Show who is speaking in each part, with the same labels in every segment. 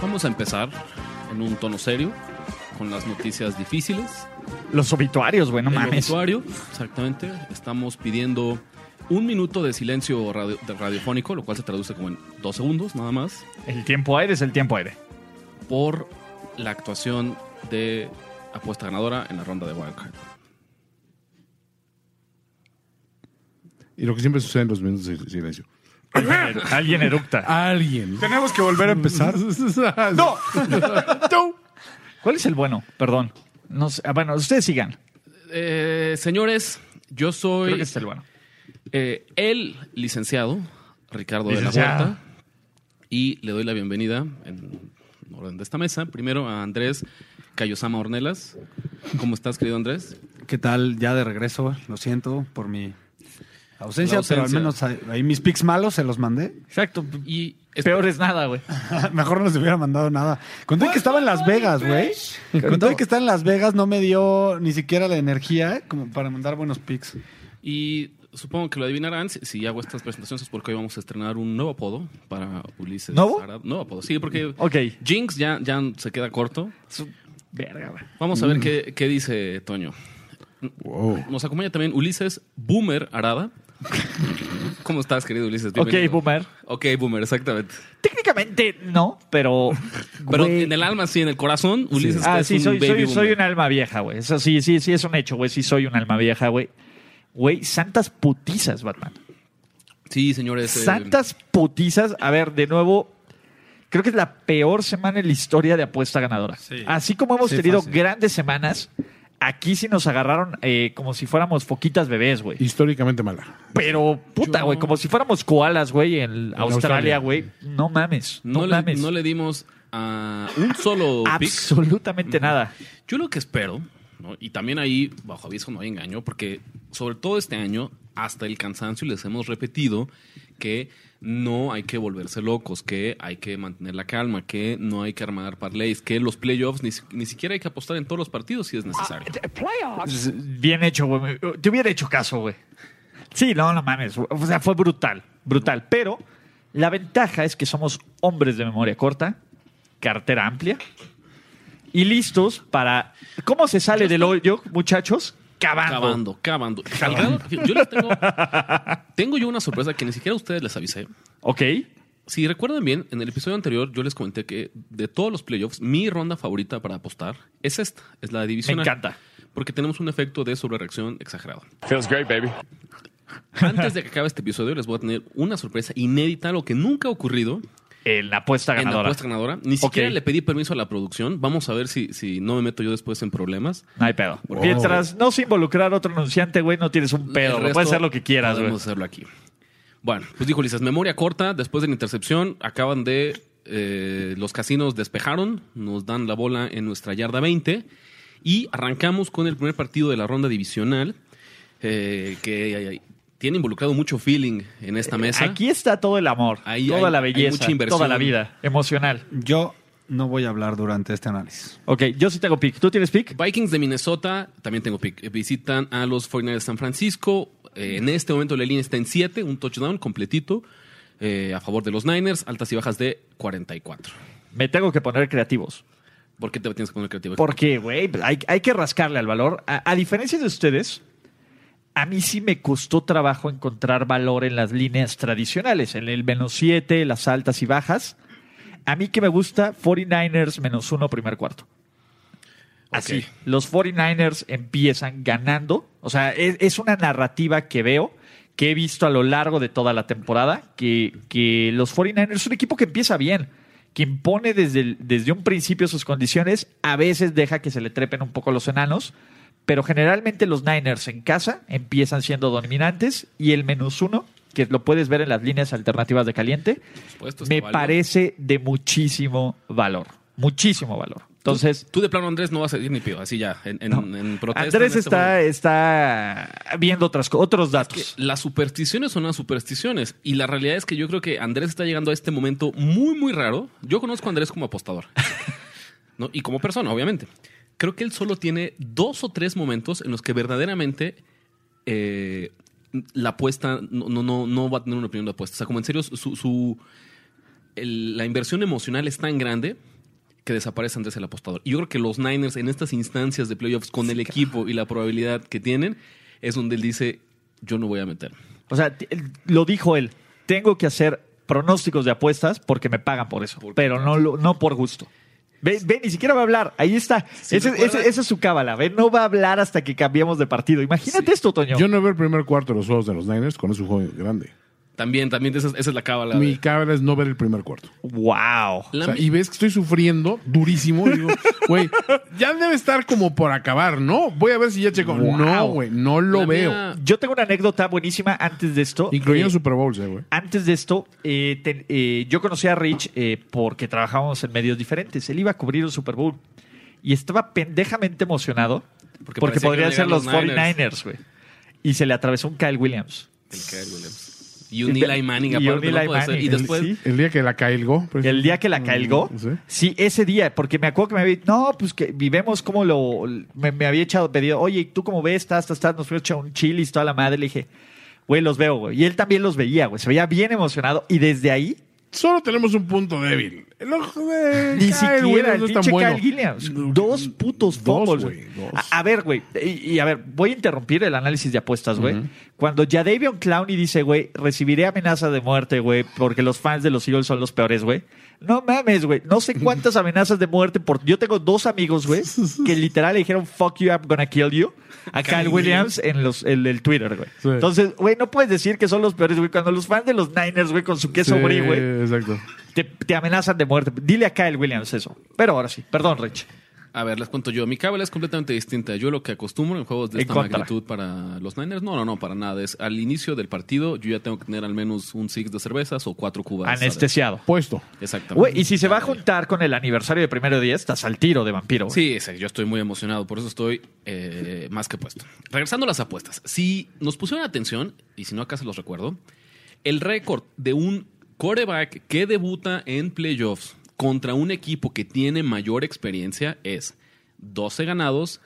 Speaker 1: Vamos a empezar en un tono serio, con las noticias difíciles.
Speaker 2: Los obituarios, bueno,
Speaker 1: El
Speaker 2: mames.
Speaker 1: obituario, exactamente. Estamos pidiendo un minuto de silencio radio- de radiofónico, lo cual se traduce como en dos segundos nada más,
Speaker 2: El tiempo aire es el tiempo aire.
Speaker 1: por la actuación de apuesta ganadora en la ronda de Wildcard.
Speaker 3: Y lo que siempre sucede en los minutos de silencio.
Speaker 2: Alguien eructa.
Speaker 1: Ah.
Speaker 3: Alguien.
Speaker 4: Tenemos que volver a empezar.
Speaker 2: ¡No! ¡No! ¿Cuál es el bueno? Perdón. No sé. Ah, Bueno, ustedes sigan.
Speaker 1: Eh, señores, yo soy
Speaker 2: Creo que es el bueno.
Speaker 1: eh, el licenciado Ricardo de
Speaker 2: Licenciado.
Speaker 1: la Huerta y le doy la bienvenida en orden de esta mesa. Primero a Andrés Cayosama Ornelas. ¿Cómo estás, querido Andrés?
Speaker 4: ¿Qué tal? Ya de regreso. Lo siento por mi ausencia,
Speaker 1: La ausencia.
Speaker 4: pero al menos ahí, ahí mis pics malos se los mandé.
Speaker 2: Exacto.
Speaker 1: Y
Speaker 2: Peor es nada, güey.
Speaker 4: Mejor no se hubiera mandado nada. Conté que estaba en Las Vegas, güey. Conté que estaba en Las Vegas, no me dio ni siquiera la energía eh, como para mandar buenos pics.
Speaker 1: Y supongo que lo adivinarán si, si hago estas presentaciones es porque hoy vamos a estrenar un nuevo apodo para Ulises.
Speaker 2: ¿Nuevo?
Speaker 1: Arad- Nuevo apodo, sí, porque
Speaker 2: Ok.
Speaker 1: Jinx ya, ya se queda corto.
Speaker 2: Su- Verga, güey.
Speaker 1: Vamos a ver qué, qué dice Toño.
Speaker 3: Wow.
Speaker 1: Nos acompaña también Ulises Boomer Arada. ¿Cómo estás, querido Ulises?
Speaker 2: Ok,
Speaker 1: Bienvenido.
Speaker 2: boomer.
Speaker 1: Ok, Boomer, exactamente.
Speaker 2: Técnicamente no, pero.
Speaker 1: Pero
Speaker 2: güey.
Speaker 1: en el alma, sí, en el corazón, Ulises
Speaker 2: Ah,
Speaker 1: es
Speaker 2: sí,
Speaker 1: un
Speaker 2: soy,
Speaker 1: baby
Speaker 2: soy, soy
Speaker 1: boomer.
Speaker 2: un alma vieja, güey. Eso sí, sí, sí, es un hecho, güey. Sí, soy un alma vieja, güey. Güey, santas putizas, Batman.
Speaker 1: Sí, señores. eh,
Speaker 2: Santas putizas. A ver, de nuevo, creo que es la peor semana en la historia de apuesta ganadora.
Speaker 4: Sí.
Speaker 2: Así como hemos
Speaker 4: Sí,
Speaker 2: tenido
Speaker 4: fácil.
Speaker 2: grandes semanas, aquí sí nos agarraron eh, como si fuéramos foquitas bebés, güey.
Speaker 3: Históricamente mala.
Speaker 2: Pero, puta, güey, como si fuéramos koalas, güey, en, Australia,
Speaker 3: Australia.
Speaker 2: güey. No mames, no,
Speaker 1: no, le,
Speaker 2: mames.
Speaker 1: no le dimos a un solo pick.
Speaker 2: Absolutamente nada.
Speaker 1: Yo lo que espero, ¿no? y también ahí bajo aviso no hay engaño, porque sobre todo este año, hasta el cansancio les hemos repetido que no hay que volverse locos, que hay que mantener la calma, que no hay que armar parlays, que los playoffs ni, si- ni siquiera hay que apostar en todos los partidos si es necesario.
Speaker 2: Ah, Pues, Bien hecho, güey. Te hubiera hecho caso, güey. Sí, no, no mames. güey. O sea, fue brutal, brutal. Pero la ventaja es que somos hombres de memoria corta, cartera amplia y listos para... ¿Cómo se sale del hoyo, muchachos? Cavando.
Speaker 1: Cavando, cavando.
Speaker 2: ah,
Speaker 1: Al grado- Yo les tengo, tengo yo una sorpresa que ni siquiera a ustedes les avisé.
Speaker 2: Ok.
Speaker 1: Si recuerdan bien, en el episodio anterior yo les comenté que de todos los playoffs, mi ronda favorita para apostar es esta, es la
Speaker 2: Me
Speaker 1: división.
Speaker 2: encanta.
Speaker 1: Porque tenemos un efecto de sobrereacción exagerado. Feels great, baby. Antes de que acabe este episodio, les voy a tener una sorpresa inédita, lo que nunca ha ocurrido
Speaker 2: En la apuesta
Speaker 1: en la
Speaker 2: ganadora.
Speaker 1: apuesta ganadora. Ni siquiera
Speaker 2: Ok.
Speaker 1: le pedí permiso a la producción. Vamos a ver si, si no me meto yo después en problemas.
Speaker 2: No hay pedo. Mientras no se involucrar otro anunciante, güey, no tienes un
Speaker 1: El
Speaker 2: pedo. güey.
Speaker 1: resto
Speaker 2: Puedes hacer lo que quieras, güey.
Speaker 1: Podemos hacerlo aquí. Bueno, pues dijo Ulises, memoria corta, después de la intercepción, acaban de... eh, los casinos despejaron, nos dan la bola en nuestra yarda 20 y arrancamos con el primer partido de la ronda divisional eh, que eh, tiene involucrado mucho feeling en esta mesa.
Speaker 2: Eh, Aquí está todo el amor,
Speaker 1: Ahí
Speaker 2: toda
Speaker 1: hay-
Speaker 2: la
Speaker 1: hay
Speaker 2: belleza,
Speaker 1: mucha inversión.
Speaker 2: toda la vida emocional.
Speaker 4: Yo no voy a hablar durante este análisis.
Speaker 2: Ok, yo sí tengo pick. ¿Tú tienes pick?
Speaker 1: Vikings de Minnesota, también tengo pick, eh, visitan a los 49 de San Francisco. Eh, en este momento la línea está en 7, un touchdown completito eh, a favor de los Niners, altas y bajas de 44.
Speaker 2: Me tengo que poner creativos.
Speaker 1: ¿Por qué te tienes que poner creativo?
Speaker 2: Porque, güey, Pues hay, hay que rascarle al valor. A, a diferencia de ustedes, a mí sí me costó trabajo encontrar valor en las líneas tradicionales, en el menos 7, las altas y bajas. A mí que me gusta 49ers menos 1 primer cuarto. Así,
Speaker 1: Ok.
Speaker 2: los 49ers empiezan ganando. O sea, es, es una narrativa que veo, que he visto a lo largo de toda la temporada, que, que los 49ers es un equipo que empieza bien, que impone desde, el- desde un principio sus condiciones, a veces deja que se le trepen un poco los enanos, pero generalmente los Niners en casa empiezan siendo dominantes y el menos uno que lo puedes ver en las líneas alternativas de caliente,
Speaker 1: supuesto, está
Speaker 2: me
Speaker 1: válido.
Speaker 2: parece de muchísimo valor. Muchísimo valor. Entonces,
Speaker 1: Tú de plano, Andrés, no vas a ir ni pío, así ya, en, en- en protesta.
Speaker 2: Andrés
Speaker 1: en este
Speaker 2: está, está viendo otras, co- otros datos.
Speaker 1: que las supersticiones son las supersticiones. Y la realidad es que yo creo que Andrés está llegando a este momento muy, muy raro. Yo conozco a Andrés como apostador. ¿no? Y como persona, obviamente. Creo que él solo tiene dos o tres momentos en los que verdaderamente eh, la apuesta no, no, no, no va a tener una opinión de apuesta. O sea, como en serio, su, su- el- la inversión emocional es tan grande que desaparece Andrés el apostador. Y yo creo que los Niners en estas instancias de playoffs con el equipo y la probabilidad que tienen es donde él dice, yo no voy a meter.
Speaker 2: O sea, t- lo dijo él. Tengo que hacer pronósticos de apuestas porque me pagan por eso, pero no, lo- no por gusto. Ve, ve, ni siquiera va a hablar. Ahí está. Ese-
Speaker 1: recuerda-
Speaker 2: ese- esa es su cábala. Ve, no va a hablar hasta que cambiemos de partido. Imagínate esto, Toño.
Speaker 3: Yo no veo el primer cuarto de los juegos de los Niners, con eso un juego grande.
Speaker 1: También, también esa, es- esa es la cábala. de-
Speaker 3: Mi cábala es no ver el primer cuarto.
Speaker 2: ¡Wow!
Speaker 3: O
Speaker 1: La
Speaker 3: sea,
Speaker 1: mi-
Speaker 3: y ves que estoy sufriendo durísimo. Y digo, güey, ya debe estar como por acabar, ¿no? Voy a ver si ya checo.
Speaker 2: Wow.
Speaker 3: No, güey, no lo
Speaker 1: la
Speaker 3: veo.
Speaker 1: mía-
Speaker 2: Yo tengo una anécdota buenísima antes de esto.
Speaker 3: Incluyendo
Speaker 2: Eh,
Speaker 3: Super Bowls, eh, güey.
Speaker 2: Antes de esto, eh, ten- eh, yo conocí a Rich eh, porque trabajábamos en medios diferentes. Él iba a cubrir el Super Bowl y estaba pendejamente emocionado
Speaker 1: Porque parecía
Speaker 2: porque,
Speaker 1: que iban
Speaker 2: podrían
Speaker 1: a
Speaker 2: ser
Speaker 1: llegar
Speaker 2: los
Speaker 1: los Niners.
Speaker 2: 49ers, güey. Y se le atravesó un Kyle Williams.
Speaker 1: El que era Williams. Y un Eli Manning,
Speaker 2: Y un
Speaker 1: aparte, no
Speaker 2: Eli
Speaker 1: puede ser.
Speaker 2: Manning,
Speaker 1: Y después,
Speaker 2: sí.
Speaker 3: El día que la caelgó. pues,
Speaker 2: El día que la caelgó,
Speaker 3: Sí.
Speaker 2: sí, ese día, porque me acuerdo que me había no, pues que vivemos como lo, me, me había echado pedido, oye, ¿y ¿tú cómo ves? Estás, estás, estás, nos fue echar un chilis, toda la madre, le dije, güey, los veo, güey. Y él también los veía, güey, se veía bien emocionado y desde ahí
Speaker 3: Solo tenemos un punto débil. El ojo de
Speaker 2: Ni
Speaker 3: Kyle
Speaker 2: siquiera
Speaker 3: Williams
Speaker 2: el
Speaker 3: no es tan
Speaker 2: pinche
Speaker 3: bueno.
Speaker 2: Kyle Gilliams. Dos putos fumbles.
Speaker 3: güey,
Speaker 2: güey.
Speaker 3: dos.
Speaker 2: A, a ver, güey. Y, y a ver, voy a interrumpir el análisis de apuestas, güey. Cuando Jadavion Clowney dice, güey, recibiré amenaza de muerte, güey, porque los fans de los Eagles son los peores, güey. No mames, güey. No sé cuántas amenazas de muerte. Por... Yo tengo dos amigos, güey, que literal le dijeron, fuck you, I'm gonna kill you. A Kyle Williams en los, en el Twitter, güey.
Speaker 3: Sí.
Speaker 2: Entonces, güey, no puedes decir que son los peores, güey. Cuando los fans de los Niners, güey, con su queso
Speaker 3: Sí,
Speaker 2: brie, güey,
Speaker 3: Exacto.
Speaker 2: te, te amenazan de muerte. Dile a Kyle Williams eso. Pero ahora sí, perdón, Rich.
Speaker 1: a ver, les cuento yo. Mi cábala es completamente distinta. Yo lo que acostumbro en juegos de
Speaker 2: En
Speaker 1: esta
Speaker 2: contra.
Speaker 1: magnitud para los Niners, no, no, no, para nada. Es al inicio del partido, yo ya tengo que tener al menos un six de cervezas o cuatro cubas.
Speaker 2: Anestesiado.
Speaker 3: Puesto.
Speaker 1: Exactamente.
Speaker 2: Güey, y si se va a juntar con el aniversario de primero día, estás al tiro de vampiro. güey.
Speaker 1: Sí, exacto. yo estoy muy emocionado, por eso estoy eh, más que puesto. Regresando a las apuestas, si nos pusieron atención, y si no acá se los recuerdo, el récord de un quarterback que debuta en playoffs contra un equipo que tiene mayor experiencia es 12 ganados,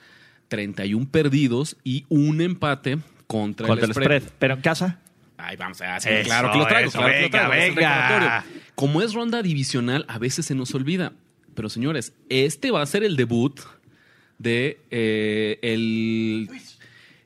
Speaker 1: 31 perdidos y un empate contra,
Speaker 2: Contra el spread. Pero en casa,
Speaker 1: Ay, vamos a
Speaker 2: Eso,
Speaker 1: claro que lo traigo.
Speaker 2: eso,
Speaker 1: claro que lo
Speaker 2: venga,
Speaker 1: traigo, es el
Speaker 2: venga.
Speaker 1: recordatorio. Como es ronda divisional, a veces se nos olvida. Pero señores, este va a ser el debut de eh, el,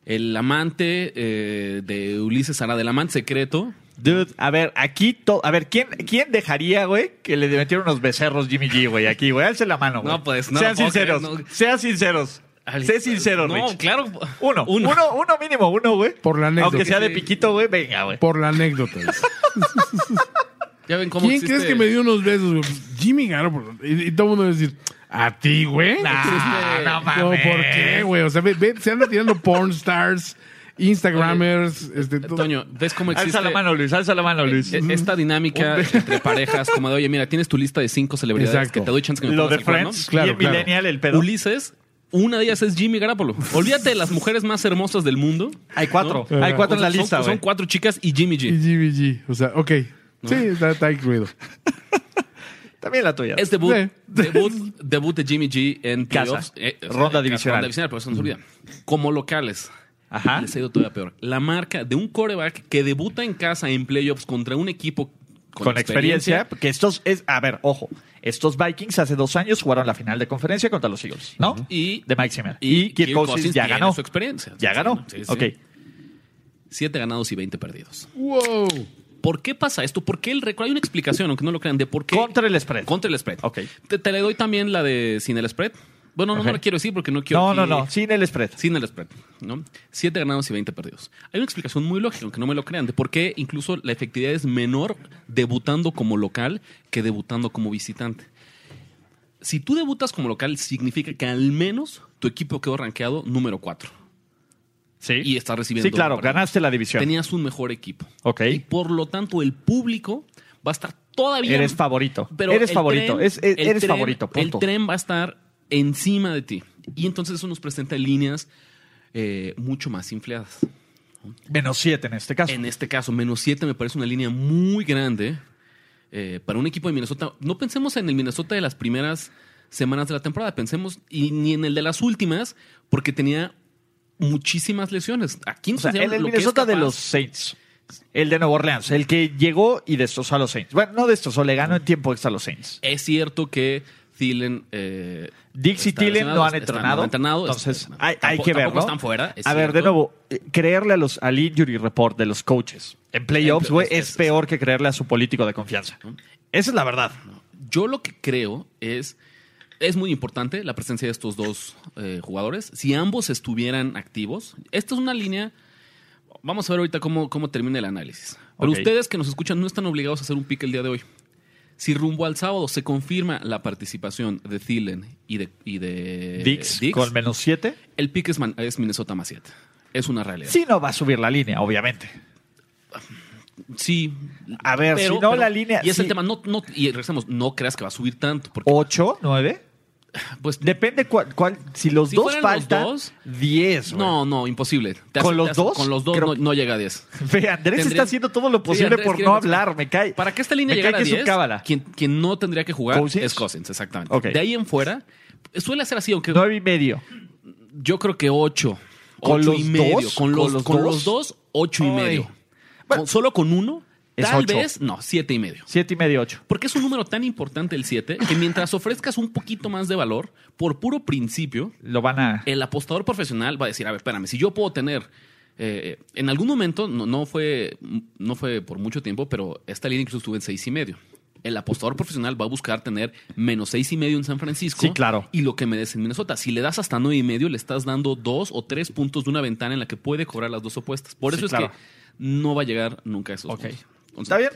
Speaker 1: el amante eh, de Ulises Ara, del amante secreto.
Speaker 2: dude, a ver, aquí todo. A ver, ¿quién, ¿quién dejaría, güey, que le metieron unos becerros Jimmy G, güey, aquí, güey? Alce la mano, güey.
Speaker 1: No, pues, no,
Speaker 2: Sean
Speaker 1: no puedo
Speaker 2: sinceros.
Speaker 1: creer, no.
Speaker 2: Sean sinceros.
Speaker 1: Al-
Speaker 2: Sé sincero,
Speaker 1: No,
Speaker 2: Rich.
Speaker 1: claro.
Speaker 2: Uno, uno. Uno, mínimo, uno, güey.
Speaker 3: Por la anécdota.
Speaker 2: Aunque sea de piquito, güey, venga, güey.
Speaker 3: Por la anécdota.
Speaker 1: Ya ven cómo
Speaker 3: ¿Quién
Speaker 1: existe-
Speaker 3: crees que me dio unos besos, güey? Pues, Jimmy ganó. por- Y, y todo el mundo va a decir, ¿a ti, güey?
Speaker 2: Ah, no
Speaker 3: No,
Speaker 2: mames.
Speaker 3: ¿por qué, güey? O sea, ve- ve, se andan tirando porn stars, Instagramers, este, todo.
Speaker 1: Toño, ¿ves cómo existe?
Speaker 2: Alza la mano, Luis. Alza la mano, Luis.
Speaker 1: e- Esta dinámica entre parejas, como de oye, mira, tienes tu lista de cinco celebridades
Speaker 3: Exacto.
Speaker 1: que te doy chance que me
Speaker 2: Lo
Speaker 1: pongas
Speaker 2: de
Speaker 1: el cuerno.
Speaker 2: Friends,
Speaker 3: Claro,
Speaker 2: bien
Speaker 3: claro.
Speaker 2: millennial el pedo.
Speaker 1: Ulises, una de ellas es Jimmy Garapolo. Olvídate de las mujeres más hermosas del mundo.
Speaker 2: Hay cuatro.
Speaker 3: ¿no?
Speaker 2: Hay cuatro en la
Speaker 1: Son-
Speaker 2: lista,
Speaker 1: Son,
Speaker 2: güey.
Speaker 1: cuatro chicas y Jimmy
Speaker 3: Y
Speaker 1: G.
Speaker 3: GBG. O sea, ok. Sí, está, está incluido.
Speaker 2: También la tuya.
Speaker 1: Es debut,
Speaker 3: Sí.
Speaker 1: debut, debut de Jimmy G en
Speaker 2: Casa.
Speaker 1: playoffs. o sea,
Speaker 2: Ronda
Speaker 1: en casa,
Speaker 2: divisional.
Speaker 1: Ronda divisional, por eso no se olvida. Como locales.
Speaker 2: Ajá.
Speaker 1: Les ha ido todavía peor. La marca de un coreback que debuta en casa en playoffs contra un equipo con,
Speaker 2: Con, experiencia, porque estos es, a ver, ojo, estos Vikings hace dos años jugaron la final de conferencia contra los Eagles, ¿no?
Speaker 1: Y-
Speaker 2: de Mike Zimmer.
Speaker 1: Y,
Speaker 2: Kirk Cousins ya
Speaker 1: tiene
Speaker 2: ganó.
Speaker 1: Su experiencia.
Speaker 2: Ya ganó.
Speaker 1: Sí, sí.
Speaker 2: Ok.
Speaker 1: Siete ganados y 20 perdidos.
Speaker 3: ¡Wow!
Speaker 1: ¿Por qué pasa esto? ¿Por qué el récord? Hay una explicación, aunque no lo crean, de por qué.
Speaker 2: Contra el spread.
Speaker 1: Contra el spread.
Speaker 2: Ok.
Speaker 1: Te, te le doy también la de sin el spread. Bueno, no, no
Speaker 2: Ok.
Speaker 1: la quiero decir porque no quiero.
Speaker 2: no,
Speaker 1: aquí-
Speaker 2: no, no, sin el spread.
Speaker 1: Sin el spread, ¿no? Siete ganados y 20 perdidos. Hay una explicación muy lógica, aunque no me lo crean, de por qué incluso la efectividad es menor debutando como local que debutando como visitante. Si tú debutas como local, significa que al menos tu equipo quedó rankeado número 4.
Speaker 2: Sí.
Speaker 1: y está recibiendo.
Speaker 2: Sí, claro,
Speaker 1: la pelota.
Speaker 2: ganaste la división.
Speaker 1: Tenías un mejor equipo.
Speaker 2: Ok.
Speaker 1: Y por lo tanto, el público va a estar todavía.
Speaker 2: Eres favorito. Eres
Speaker 1: el
Speaker 2: favorito. Es- es-
Speaker 1: el
Speaker 2: eres
Speaker 1: tren-
Speaker 2: favorito, punto.
Speaker 1: El tren va a estar encima de ti. Y entonces eso nos presenta líneas eh, mucho más infladas.
Speaker 2: Menos siete en este caso.
Speaker 1: En este caso, menos 7 me parece una línea muy grande eh, para un equipo de Minnesota. No pensemos en el Minnesota de las primeras semanas de la temporada, pensemos y ni en el de las últimas, porque tenía muchísimas lesiones. Aquí
Speaker 2: O
Speaker 1: nos
Speaker 2: sea,
Speaker 1: enseñaron
Speaker 2: en el
Speaker 1: lo que es
Speaker 2: Minnesota de
Speaker 1: capaz.
Speaker 2: los Saints. El de Nueva Orleans, el que llegó y destrozó a los Saints. Bueno, no destrozó, le ganó en tiempo extra a los Saints.
Speaker 1: Es cierto que Thielen. eh,
Speaker 2: Dix y
Speaker 1: está
Speaker 2: Tillen
Speaker 1: lesionado,
Speaker 2: no han
Speaker 1: está-
Speaker 2: entrenado.
Speaker 1: no han entrenado,
Speaker 2: entonces,
Speaker 1: este,
Speaker 2: hay, hay
Speaker 1: tampoco-
Speaker 2: que verlo.
Speaker 1: tampoco están fuera,
Speaker 2: a
Speaker 1: es
Speaker 2: ver, de
Speaker 1: cierto.
Speaker 2: nuevo, eh, creerle a los, al injury report de los coaches en playoffs,
Speaker 1: En
Speaker 2: güey,
Speaker 1: playoffs,
Speaker 2: es
Speaker 1: es-
Speaker 2: peor que creerle a su político de confianza. Esa es la verdad.
Speaker 1: Yo lo que creo es. Es muy importante la presencia de estos dos eh, jugadores. Si ambos estuvieran activos, esta es una línea. Vamos a ver ahorita cómo, cómo termina el análisis. Pero
Speaker 2: Ok.
Speaker 1: ustedes que nos escuchan no están obligados a hacer un pick el día de hoy. Si rumbo al sábado se confirma la participación de Thielen y de, y de
Speaker 2: Dix,
Speaker 1: Diggs,
Speaker 2: con menos siete.
Speaker 1: el pick es, man- es Minnesota más 7. Es una realidad.
Speaker 2: Sí, no va a subir la línea, obviamente.
Speaker 1: Sí.
Speaker 2: A ver, si no la línea-
Speaker 1: Y es
Speaker 2: sí.
Speaker 1: el tema, no, no, y regresamos, no creas que va a subir tanto, porque
Speaker 2: ¿Ocho? ¿Nueve?
Speaker 1: pues
Speaker 2: Depende cuál. cuál- si los
Speaker 1: Si
Speaker 2: dos
Speaker 1: fueran los
Speaker 2: faltan,
Speaker 1: dos,
Speaker 2: diez. güey.
Speaker 1: No, no, imposible. Te
Speaker 2: ¿Con los
Speaker 1: te
Speaker 2: dos?
Speaker 1: Con los dos
Speaker 2: Creo
Speaker 1: no,
Speaker 2: que-
Speaker 1: no llega a 10.
Speaker 2: Ve, Andrés
Speaker 1: Tendría-
Speaker 2: está haciendo todo lo
Speaker 1: Sí,
Speaker 2: posible
Speaker 1: Andrés
Speaker 2: por
Speaker 1: quiere
Speaker 2: no
Speaker 1: maximizar.
Speaker 2: hablar, me cae.
Speaker 1: Para que esta línea
Speaker 2: me cae
Speaker 1: llegara a
Speaker 2: que es su
Speaker 1: 10,
Speaker 2: cábala.
Speaker 1: quien, quien no tendría que jugar
Speaker 2: ¿Cousins?
Speaker 1: es Cousins, exactamente.
Speaker 2: Ok.
Speaker 1: De ahí en fuera, suele ser así, aunque
Speaker 2: Nueve y medio.
Speaker 1: yo creo que 8.
Speaker 2: ¿Con
Speaker 1: y
Speaker 2: los
Speaker 1: medio.
Speaker 2: dos?
Speaker 1: Con, los,
Speaker 2: ¿Con los
Speaker 1: con
Speaker 2: dos?
Speaker 1: los dos, 8 y
Speaker 2: Ay.
Speaker 1: medio.
Speaker 2: Bueno,
Speaker 1: Con- solo con uno,
Speaker 2: es
Speaker 1: tal
Speaker 2: ocho.
Speaker 1: vez, no, 7 y medio.
Speaker 2: Siete y medio, ocho.
Speaker 1: Porque es un número tan importante el 7 que mientras ofrezcas un poquito más de valor, por puro principio,
Speaker 2: Lo van a.
Speaker 1: el apostador profesional va a decir, a ver, espérame, si yo puedo tener, eh, en algún momento, no, no, fue, no fue por mucho tiempo, pero esta línea incluso estuvo en seis y medio. El apostador profesional va a buscar tener menos seis y medio en San Francisco.
Speaker 2: Sí, claro.
Speaker 1: Y lo que me des en Minnesota. Si le das hasta nueve y medio, le estás dando dos o tres puntos de una ventana en la que puede cobrar las dos opuestas. Por
Speaker 2: Sí,
Speaker 1: eso es
Speaker 2: claro.
Speaker 1: que no va a llegar nunca a esos
Speaker 2: Ok.
Speaker 1: puntos. Entonces,
Speaker 2: ¿Está bien?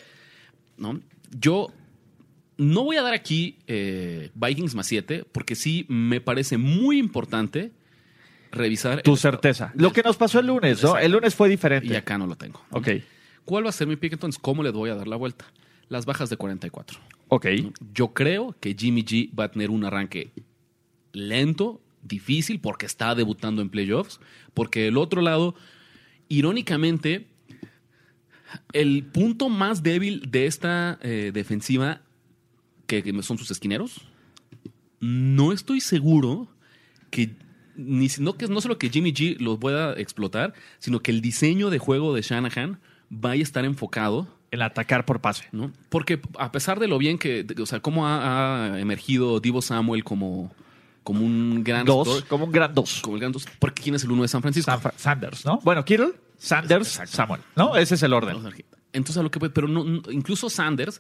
Speaker 1: ¿no? Yo no voy a dar aquí eh, Vikings más 7 porque sí me parece muy importante revisar.
Speaker 2: Tu
Speaker 1: el-
Speaker 2: certeza. Lo que nos pasó el lunes, ¿no?
Speaker 1: Exacto.
Speaker 2: El lunes fue
Speaker 1: Y
Speaker 2: diferente.
Speaker 1: acá no lo tengo.
Speaker 2: Ok,
Speaker 1: ¿Cuál va a ser mi pick entonces? ¿Cómo le voy a dar la vuelta? Las bajas de 44.
Speaker 2: ok.
Speaker 1: Yo creo que Jimmy G va a tener un arranque lento, difícil, porque está debutando en playoffs. Porque del otro lado, irónicamente, el punto más débil de esta eh, defensiva, que, que son sus esquineros, no estoy seguro que ni si- no, que no solo que Jimmy G los pueda explotar, sino que el diseño de juego de Shanahan vaya a estar enfocado
Speaker 2: El atacar por pase.
Speaker 1: ¿no? Porque a pesar de lo bien que, de- o sea, cómo ha, ha emergido Divo Samuel como, como un gran
Speaker 2: Dos,
Speaker 1: receptor,
Speaker 2: como un gran dos.
Speaker 1: como el gran dos, porque quién es el uno de San Francisco.
Speaker 2: Sanfa- Sanders, ¿no? Bueno, Kittle, Sanders, Samuel, ¿no? Ese es el orden.
Speaker 1: Entonces a lo que voy, pero no, no- incluso Sanders,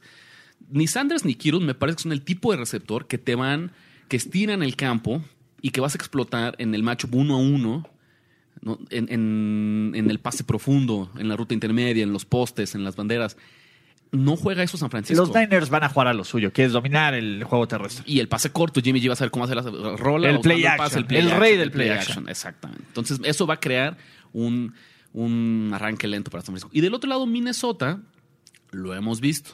Speaker 1: ni Sanders ni Kittle me parece que son el tipo de receptor que te van, que estiran el campo y que vas a explotar en el matchup uno a uno. ¿no? En, en- en el pase profundo, en la ruta intermedia, en los postes, en las banderas. No juega eso San Francisco.
Speaker 2: Los Niners van a jugar a lo suyo, que es dominar el juego terrestre.
Speaker 1: Y el pase corto, Jimmy G va a saber cómo hacer la rola.
Speaker 2: El
Speaker 1: buscando
Speaker 2: play
Speaker 1: pase,
Speaker 2: action, el rey del play
Speaker 1: Exactamente. Entonces, eso va a crear un, un arranque lento para San Francisco. Y del otro lado, Minnesota, lo hemos visto.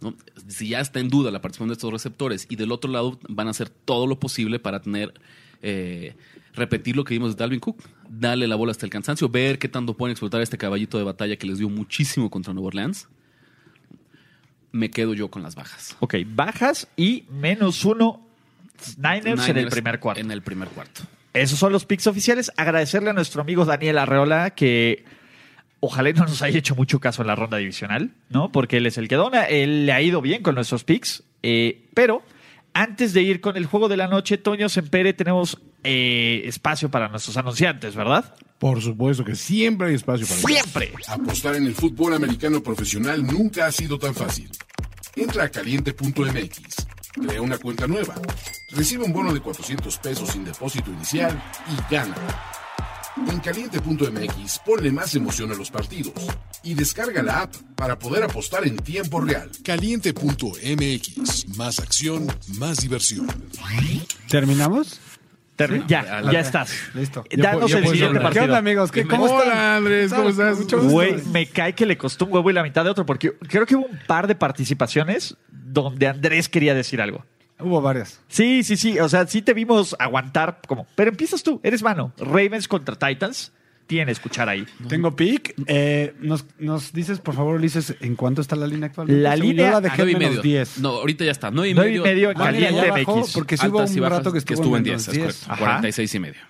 Speaker 1: ¿no? Si ya está en duda la participación de estos receptores, y del otro lado van a hacer todo lo posible para tener. eh, repetir lo que vimos de Dalvin Cook, darle la bola hasta el cansancio, ver qué tanto pueden explotar este caballito de batalla que les dio muchísimo contra Nueva Orleans. Me quedo yo con las bajas.
Speaker 2: Ok, bajas y menos uno Niners, en el
Speaker 1: Niners
Speaker 2: primer cuarto.
Speaker 1: En el primer cuarto.
Speaker 2: Esos son los picks oficiales. Agradecerle a nuestro amigo Daniel Arreola que ojalá y no nos haya hecho mucho caso en la ronda divisional, ¿no? Porque él es el que dona. Él le ha ido bien con nuestros picks. eh, pero antes de ir con el juego de la noche, Toño Sempere, tenemos eh, espacio para nuestros anunciantes, ¿verdad?
Speaker 3: Por supuesto que siempre hay espacio para
Speaker 2: Siempre.
Speaker 5: Apostar en el fútbol americano profesional nunca ha sido tan fácil. Entra a caliente.mx, crea una cuenta nueva, recibe un bono de 400 pesos sin depósito inicial y gana. En caliente.mx ponle más emoción a los partidos y descarga la app para poder apostar en tiempo real. Caliente.mx, más acción, más diversión.
Speaker 4: ¿Terminamos?
Speaker 2: Termi- ya, ya estás.
Speaker 4: Listo.
Speaker 2: Eh, Danos
Speaker 3: Ya
Speaker 2: el
Speaker 3: puedes
Speaker 2: siguiente
Speaker 3: hablar.
Speaker 4: ¿Qué
Speaker 2: partido.
Speaker 4: onda, amigos? ¿Qué, ¿Cómo
Speaker 3: Hola,
Speaker 4: están?
Speaker 3: Andrés, ¿cómo estás?
Speaker 4: Mucho gusto.
Speaker 2: Güey, me cae que le costó un huevo y la mitad de otro, porque creo que hubo un par de participaciones donde Andrés quería decir algo.
Speaker 4: Hubo varias.
Speaker 2: Sí, sí, sí. O sea, sí te vimos aguantar como. Pero empiezas tú, eres mano. Ravens contra Titans. Tienes escuchar ahí.
Speaker 4: Tengo pick. Eh, nos, nos dices, por favor, Ulises, ¿en cuánto está la línea actual?
Speaker 2: La
Speaker 4: Según
Speaker 2: línea
Speaker 4: yo la
Speaker 1: A
Speaker 4: dejé
Speaker 1: Ah, nueve
Speaker 4: en
Speaker 1: y
Speaker 4: menos
Speaker 1: medio.
Speaker 4: 10.
Speaker 1: No, ahorita ya está. 9 y
Speaker 2: Nueve y
Speaker 1: medio.
Speaker 2: medio en
Speaker 1: Ah, mira,
Speaker 2: caliente.
Speaker 1: ya.
Speaker 2: MX.
Speaker 4: Pues bajó, porque sí hubo
Speaker 1: Altas y
Speaker 4: un
Speaker 1: bajas
Speaker 4: rato que estuvo,
Speaker 1: en
Speaker 4: menos
Speaker 1: 10, es correcto.
Speaker 2: Ajá.
Speaker 1: 46 y medio.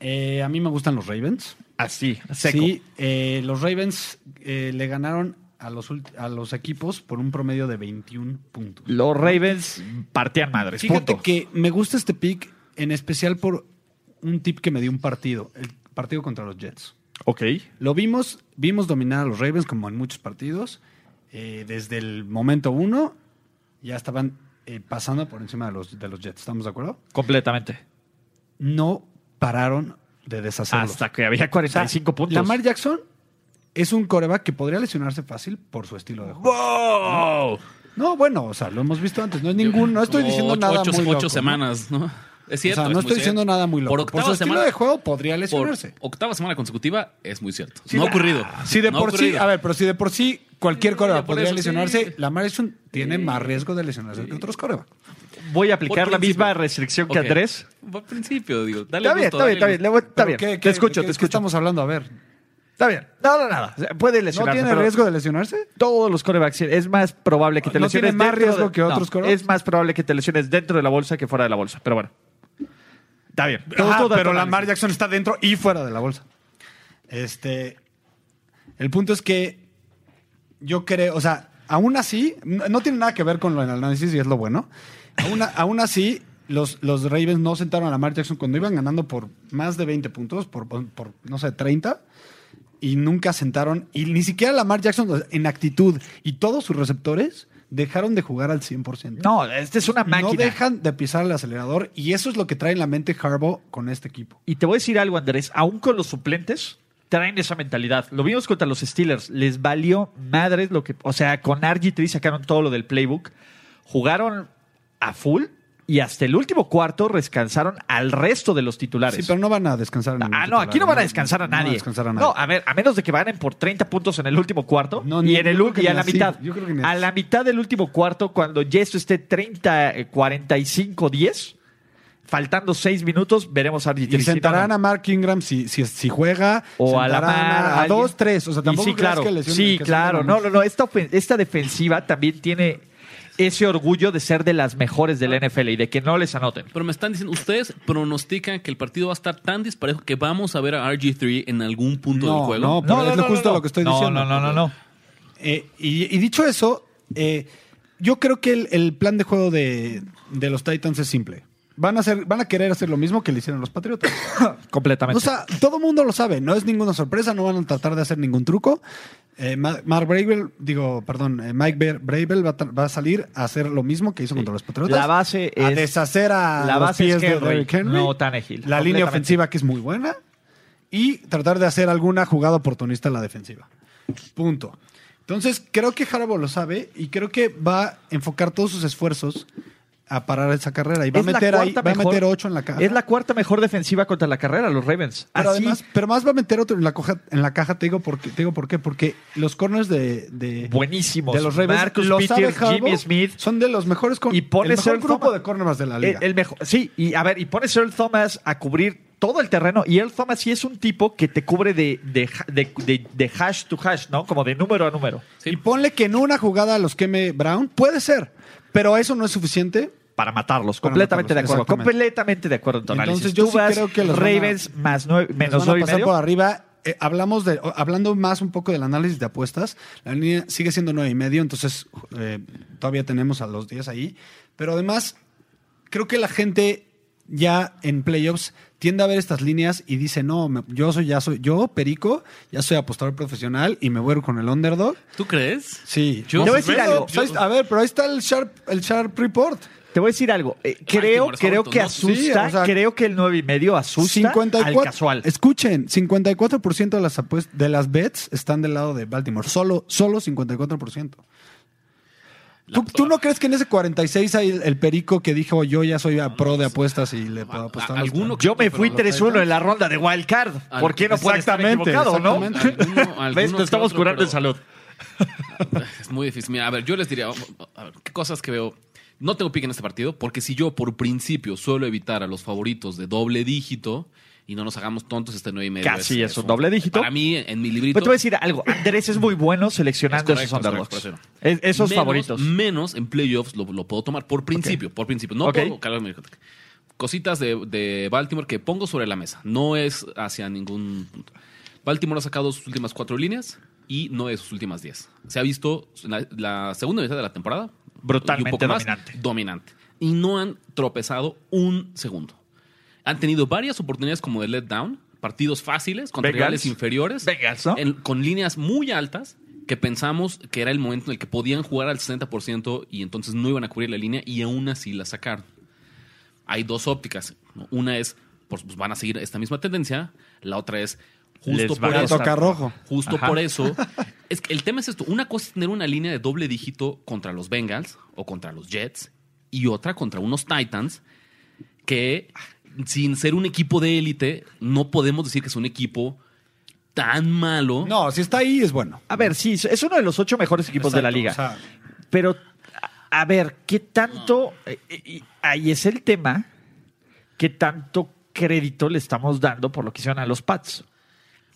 Speaker 4: Eh, a mí me gustan los Ravens.
Speaker 2: Así, seco.
Speaker 4: Sí, eh, los Ravens eh, le ganaron a los, ulti- a los equipos por un promedio de 21 puntos.
Speaker 2: Los Ravens partían madres.
Speaker 4: Fíjate
Speaker 2: punto.
Speaker 4: que me gusta este pick, en especial por un tip que me dio un partido, el partido contra los Jets.
Speaker 2: Ok.
Speaker 4: Lo vimos, vimos dominar a los Ravens como en muchos partidos. eh, desde el momento uno ya estaban eh, pasando por encima de los, de los Jets, ¿estamos de acuerdo?
Speaker 2: Completamente.
Speaker 4: No pararon de deshacerlos.
Speaker 2: Hasta que había 45 puntos.
Speaker 4: Lamar Jackson es un coreback que podría lesionarse fácil por su estilo de juego.
Speaker 2: ¡Wow!
Speaker 4: No, bueno, o sea, lo hemos visto antes. No es ningún, no estoy
Speaker 1: Como
Speaker 4: diciendo
Speaker 1: ocho-
Speaker 4: nada
Speaker 1: ocho,
Speaker 4: muy
Speaker 1: ocho
Speaker 4: loco, ¿no?
Speaker 1: semanas, ¿no? Es cierto.
Speaker 4: o
Speaker 1: es
Speaker 4: sea,
Speaker 1: muy
Speaker 4: no estoy
Speaker 1: cierto.
Speaker 4: diciendo nada muy loco.
Speaker 1: Por
Speaker 4: Por,
Speaker 1: octava
Speaker 4: su
Speaker 1: semana.
Speaker 4: estilo de juego podría
Speaker 1: Por
Speaker 4: lesionarse.
Speaker 1: octava semana consecutiva es muy cierto. no ha ocurrido.
Speaker 4: Si de
Speaker 1: No ha
Speaker 4: por sí,
Speaker 1: ocurrido.
Speaker 4: a ver, pero si de por sí cualquier
Speaker 1: Sí,
Speaker 4: coreback
Speaker 1: por
Speaker 4: podría
Speaker 1: eso,
Speaker 4: lesionarse,
Speaker 1: sí.
Speaker 4: Lamar Jackson tiene más riesgo de lesionarse que otros corebacks.
Speaker 2: Voy a aplicar
Speaker 1: Por
Speaker 2: la
Speaker 1: principio.
Speaker 2: misma restricción que
Speaker 1: Ok.
Speaker 2: Andrés.
Speaker 1: Por principio, digo. Dale
Speaker 2: Está bien,
Speaker 1: gusto,
Speaker 2: está bien, está
Speaker 1: dale
Speaker 2: bien. le voy- Está
Speaker 4: Pero
Speaker 2: bien.
Speaker 4: ¿qué- qué-
Speaker 2: te escucho,
Speaker 4: qué-
Speaker 2: te
Speaker 4: qué
Speaker 2: escucho.
Speaker 4: estamos hablando? A ver,
Speaker 2: Está bien. No, no, nada. O sea, Puede
Speaker 4: ¿no
Speaker 2: lesionarse.
Speaker 4: tiene
Speaker 2: pero
Speaker 4: riesgo de lesionarse?
Speaker 2: Todos los corebacks. Es más probable que te
Speaker 4: ¿No
Speaker 2: lesiones.
Speaker 4: tiene más
Speaker 2: dentro
Speaker 4: riesgo
Speaker 2: de-
Speaker 4: que otros corebacks?
Speaker 2: Es más probable que te lesiones dentro de la bolsa que fuera de la bolsa. Pero bueno. Está bien.
Speaker 4: Ah,
Speaker 2: Todo- todo-
Speaker 4: pero
Speaker 2: todo-
Speaker 4: Lamar Jackson está dentro y fuera de la bolsa. Este, el punto es que yo creo, o sea, aún así, no no tiene nada que ver con lo del análisis y es lo bueno. Aún, a- aún así, los, los Ravens no sentaron a Lamar Jackson cuando iban ganando por más de 20 puntos, por, por- por, no sé, 30. Y nunca sentaron, y ni siquiera Lamar Jackson o sea, en actitud y todos sus receptores dejaron de jugar al 100%.
Speaker 2: No, esta es una máquina.
Speaker 4: No dejan de pisar el acelerador y eso es lo que trae en la mente Harbaugh con este equipo.
Speaker 2: Y te voy a decir algo, Andrés. Aún con los suplentes, traen esa mentalidad. Lo vimos contra los Steelers. Les valió madres lo que. O sea, con RG3 sacaron todo lo del playbook. Jugaron a full y hasta el último cuarto descansaron al resto de los titulares.
Speaker 4: Sí, pero no van a descansar. en ningún
Speaker 2: Ah, no,
Speaker 4: titular,
Speaker 2: aquí no van a descansar a
Speaker 4: No van
Speaker 2: nadie. No,
Speaker 4: descansar a
Speaker 2: a
Speaker 4: nadie.
Speaker 2: ver, a menos de que vayan por 30 puntos en el último cuarto
Speaker 4: No,
Speaker 2: y
Speaker 4: ni-
Speaker 2: en
Speaker 4: yo
Speaker 2: el
Speaker 4: creo
Speaker 2: ul-
Speaker 4: que
Speaker 2: y a
Speaker 4: ni
Speaker 2: la
Speaker 4: así,
Speaker 2: mitad.
Speaker 4: yo creo que ni
Speaker 2: a
Speaker 4: así.
Speaker 2: la mitad del último cuarto cuando Yeso esté 30 eh, 45 10, faltando 6 minutos, veremos a RG3.
Speaker 4: y
Speaker 2: Si no,
Speaker 4: sentarán
Speaker 2: no.
Speaker 4: a Mark Ingram si, si, si juega.
Speaker 2: o a la
Speaker 4: sentarán
Speaker 2: mar,
Speaker 4: a,
Speaker 2: alguien.
Speaker 4: dos, tres. O sea,
Speaker 2: Y
Speaker 4: tampoco
Speaker 2: sí,
Speaker 4: creas
Speaker 2: claro.
Speaker 4: que lesionen-
Speaker 2: sí,
Speaker 4: que
Speaker 2: claro.
Speaker 4: lesionen
Speaker 2: No, no, no. Esta, ofen- esta defensiva también tiene ese orgullo de ser de las mejores
Speaker 4: Ah.
Speaker 2: del NFL y de que no les anoten.
Speaker 1: Pero me están diciendo, ustedes pronostican que el partido va a estar tan disparejo que vamos a ver a RG3 en algún punto del
Speaker 4: No,
Speaker 1: juego.
Speaker 4: no, pero es lo justo lo que estoy
Speaker 2: No,
Speaker 4: diciendo.
Speaker 2: No, no, no, no.
Speaker 4: Eh, y, y dicho eso, eh, yo creo que el, el plan de juego de, de los Titans es simple. Van a, hacer, van a querer hacer lo mismo que le hicieron los Patriotas.
Speaker 2: Completamente.
Speaker 4: O sea, todo mundo lo sabe, no es ninguna sorpresa, no van a tratar de hacer ningún truco. Eh, Ma- Mark Bravel, digo, perdón, eh, Mike Bre- Bravel va a, tra- va a salir a hacer lo mismo que hizo contra los Patriotas.
Speaker 2: La base
Speaker 4: a
Speaker 2: es-
Speaker 4: deshacer a
Speaker 2: la
Speaker 4: los
Speaker 2: base es
Speaker 4: pies de
Speaker 2: Henry,
Speaker 4: Derrick Henry.
Speaker 2: no Tannehill,
Speaker 4: La línea
Speaker 2: completamente.
Speaker 4: ofensiva que es muy buena y tratar de hacer alguna jugada oportunista en la defensiva. Punto. Entonces, creo que Harbaugh lo sabe y creo que va a enfocar todos sus esfuerzos a parar esa carrera y va a
Speaker 2: Es la
Speaker 4: meter ahí,
Speaker 2: cuarta
Speaker 4: va a
Speaker 2: mejor-
Speaker 4: meter ocho en la caja.
Speaker 2: Es la cuarta mejor defensiva contra la carrera, los Ravens.
Speaker 4: Pero
Speaker 2: Así,
Speaker 4: además, pero más va a meter otro en la caja, en la caja te digo por qué, te digo por qué, porque los corners de, de,
Speaker 2: buenísimos.
Speaker 4: eh, de los Ravens,
Speaker 2: Marcus
Speaker 4: los sabe
Speaker 2: Peters,
Speaker 4: Harbaugh,
Speaker 2: Jimmy Smith.
Speaker 4: son de los mejores con-
Speaker 2: Y pones
Speaker 4: el mejor
Speaker 2: Earl
Speaker 4: grupo
Speaker 2: Thomas.
Speaker 4: de corners de la
Speaker 2: El,
Speaker 4: liga.
Speaker 2: el mejor, sí, y a ver, y pones a Earl Thomas a cubrir todo el terreno. Y Earl Thomas sí es un tipo que te cubre de, de, de- de- de hash to hash, ¿no? Como de número a número.
Speaker 1: Sí.
Speaker 4: Y ponle que en una jugada los queme Brown, puede ser, pero eso no es suficiente.
Speaker 2: Para matarlos,
Speaker 4: Para
Speaker 2: completamente
Speaker 4: matarlos,
Speaker 2: de acuerdo.
Speaker 4: exactamente.
Speaker 2: Completamente de acuerdo en tu
Speaker 4: Entonces,
Speaker 2: análisis.
Speaker 4: yo
Speaker 2: Tú
Speaker 4: sí
Speaker 2: vas
Speaker 4: creo que los van a-
Speaker 2: Ravens más nueve, menos
Speaker 4: Nos van a
Speaker 2: nueve y
Speaker 4: pasar
Speaker 2: medio.
Speaker 4: por arriba. Eh, hablamos de, o- hablando más un poco del análisis de apuestas, la línea sigue siendo nueve y medio, entonces eh, todavía tenemos a los 10 ahí. Pero además, creo que la gente ya en playoffs tiende a ver estas líneas y dice, no, me- yo soy ya soy, yo, Perico, ya soy apostador profesional y me voy a ir con el underdog.
Speaker 1: ¿Tú crees?
Speaker 4: Sí,
Speaker 1: Yo-
Speaker 4: Te voy a
Speaker 1: ¿Ves?
Speaker 4: decir algo.
Speaker 1: Yo-
Speaker 4: Ahí está- a ver, pero ahí está el Sharp, el Sharp Report.
Speaker 2: Te voy a decir algo. Eh, creo,
Speaker 1: Baltimore,
Speaker 2: creo
Speaker 1: Southampton,
Speaker 2: que
Speaker 1: ¿no?
Speaker 2: asusta,
Speaker 4: Sí, o sea,
Speaker 2: creo que el nueve y medio asusta al casual.
Speaker 4: Escuchen, 54% de las apuest- de las bets están del lado de Baltimore. Solo, solo 54%. ¿Tú, tú no crees que en ese 46 hay el, el perico que dijo yo ya soy a pro de apuestas y le puedo apostar? a los
Speaker 1: Alguno
Speaker 2: Pues Yo me fui
Speaker 4: Pero los
Speaker 2: 3-1 en la ronda de Wild Card.
Speaker 1: Al-
Speaker 2: ¿Por qué no puede estar
Speaker 4: Exactamente,
Speaker 2: equivocado, no?
Speaker 4: exactamente.
Speaker 1: Alguno- alguno
Speaker 2: ¿Ves?
Speaker 1: que
Speaker 2: Te estamos
Speaker 1: otro,
Speaker 2: curando
Speaker 1: pero
Speaker 2: en salud. Pues
Speaker 1: Es muy difícil. Mira, a ver, yo les diría, a ver, ¿qué cosas que veo? No tengo pique en este partido, porque si yo por principio suelo evitar a los favoritos de doble dígito, y no nos hagamos tontos, este 9 y medio.
Speaker 2: Casi es un doble dígito.
Speaker 1: Para mí, en mi librito.
Speaker 2: Pero te voy a decir algo. Andrés es muy bueno seleccionando
Speaker 1: Es correcto,
Speaker 2: esos
Speaker 1: es
Speaker 2: underdogs.
Speaker 1: correcto, es correcto.
Speaker 2: Es- esos
Speaker 1: menos-
Speaker 2: favoritos.
Speaker 1: Menos en playoffs lo, lo puedo tomar por principio, por principio. No
Speaker 2: Ok.
Speaker 1: puedo- claro, me dijo, Cositas de, de Baltimore que pongo sobre la mesa. No es hacia ningún punto. Baltimore ha sacado sus últimas cuatro líneas y no es sus últimas diez. Se ha visto en la, la segunda mitad de la temporada.
Speaker 2: Brutalmente
Speaker 1: y un poco más,
Speaker 2: dominante.
Speaker 1: dominante. Y no han tropezado un segundo. Han tenido varias oportunidades como de letdown, partidos fáciles contra
Speaker 2: Bengals.
Speaker 1: rivales inferiores.
Speaker 2: Bengals, ¿no?
Speaker 1: en- con líneas muy altas que pensamos que era el momento en el que podían jugar al 60% y entonces no iban a cubrir la línea y aún así la sacaron. Hay dos ópticas. ¿no? Una es, pues, pues, van a seguir esta misma tendencia. La otra es,
Speaker 2: Les
Speaker 1: justo
Speaker 2: va
Speaker 1: por
Speaker 2: a
Speaker 4: La
Speaker 1: eso.
Speaker 4: toca rojo.
Speaker 1: Justo
Speaker 2: Ajá.
Speaker 1: por eso. Es que el tema es esto. Una cosa es tener una línea de doble dígito contra los Bengals o contra los Jets y otra contra unos Titans que, sin ser un equipo de élite, no podemos decir que es un equipo tan malo.
Speaker 4: No, si está ahí es bueno.
Speaker 2: A ver, sí, es uno de los ocho mejores equipos de la
Speaker 4: Exacto,
Speaker 2: liga.
Speaker 4: o sea,
Speaker 2: Pero, a a ver, ¿qué tanto? eh, eh, y ahí es el tema. ¿Qué tanto crédito le estamos dando por lo que hicieron a los Pats?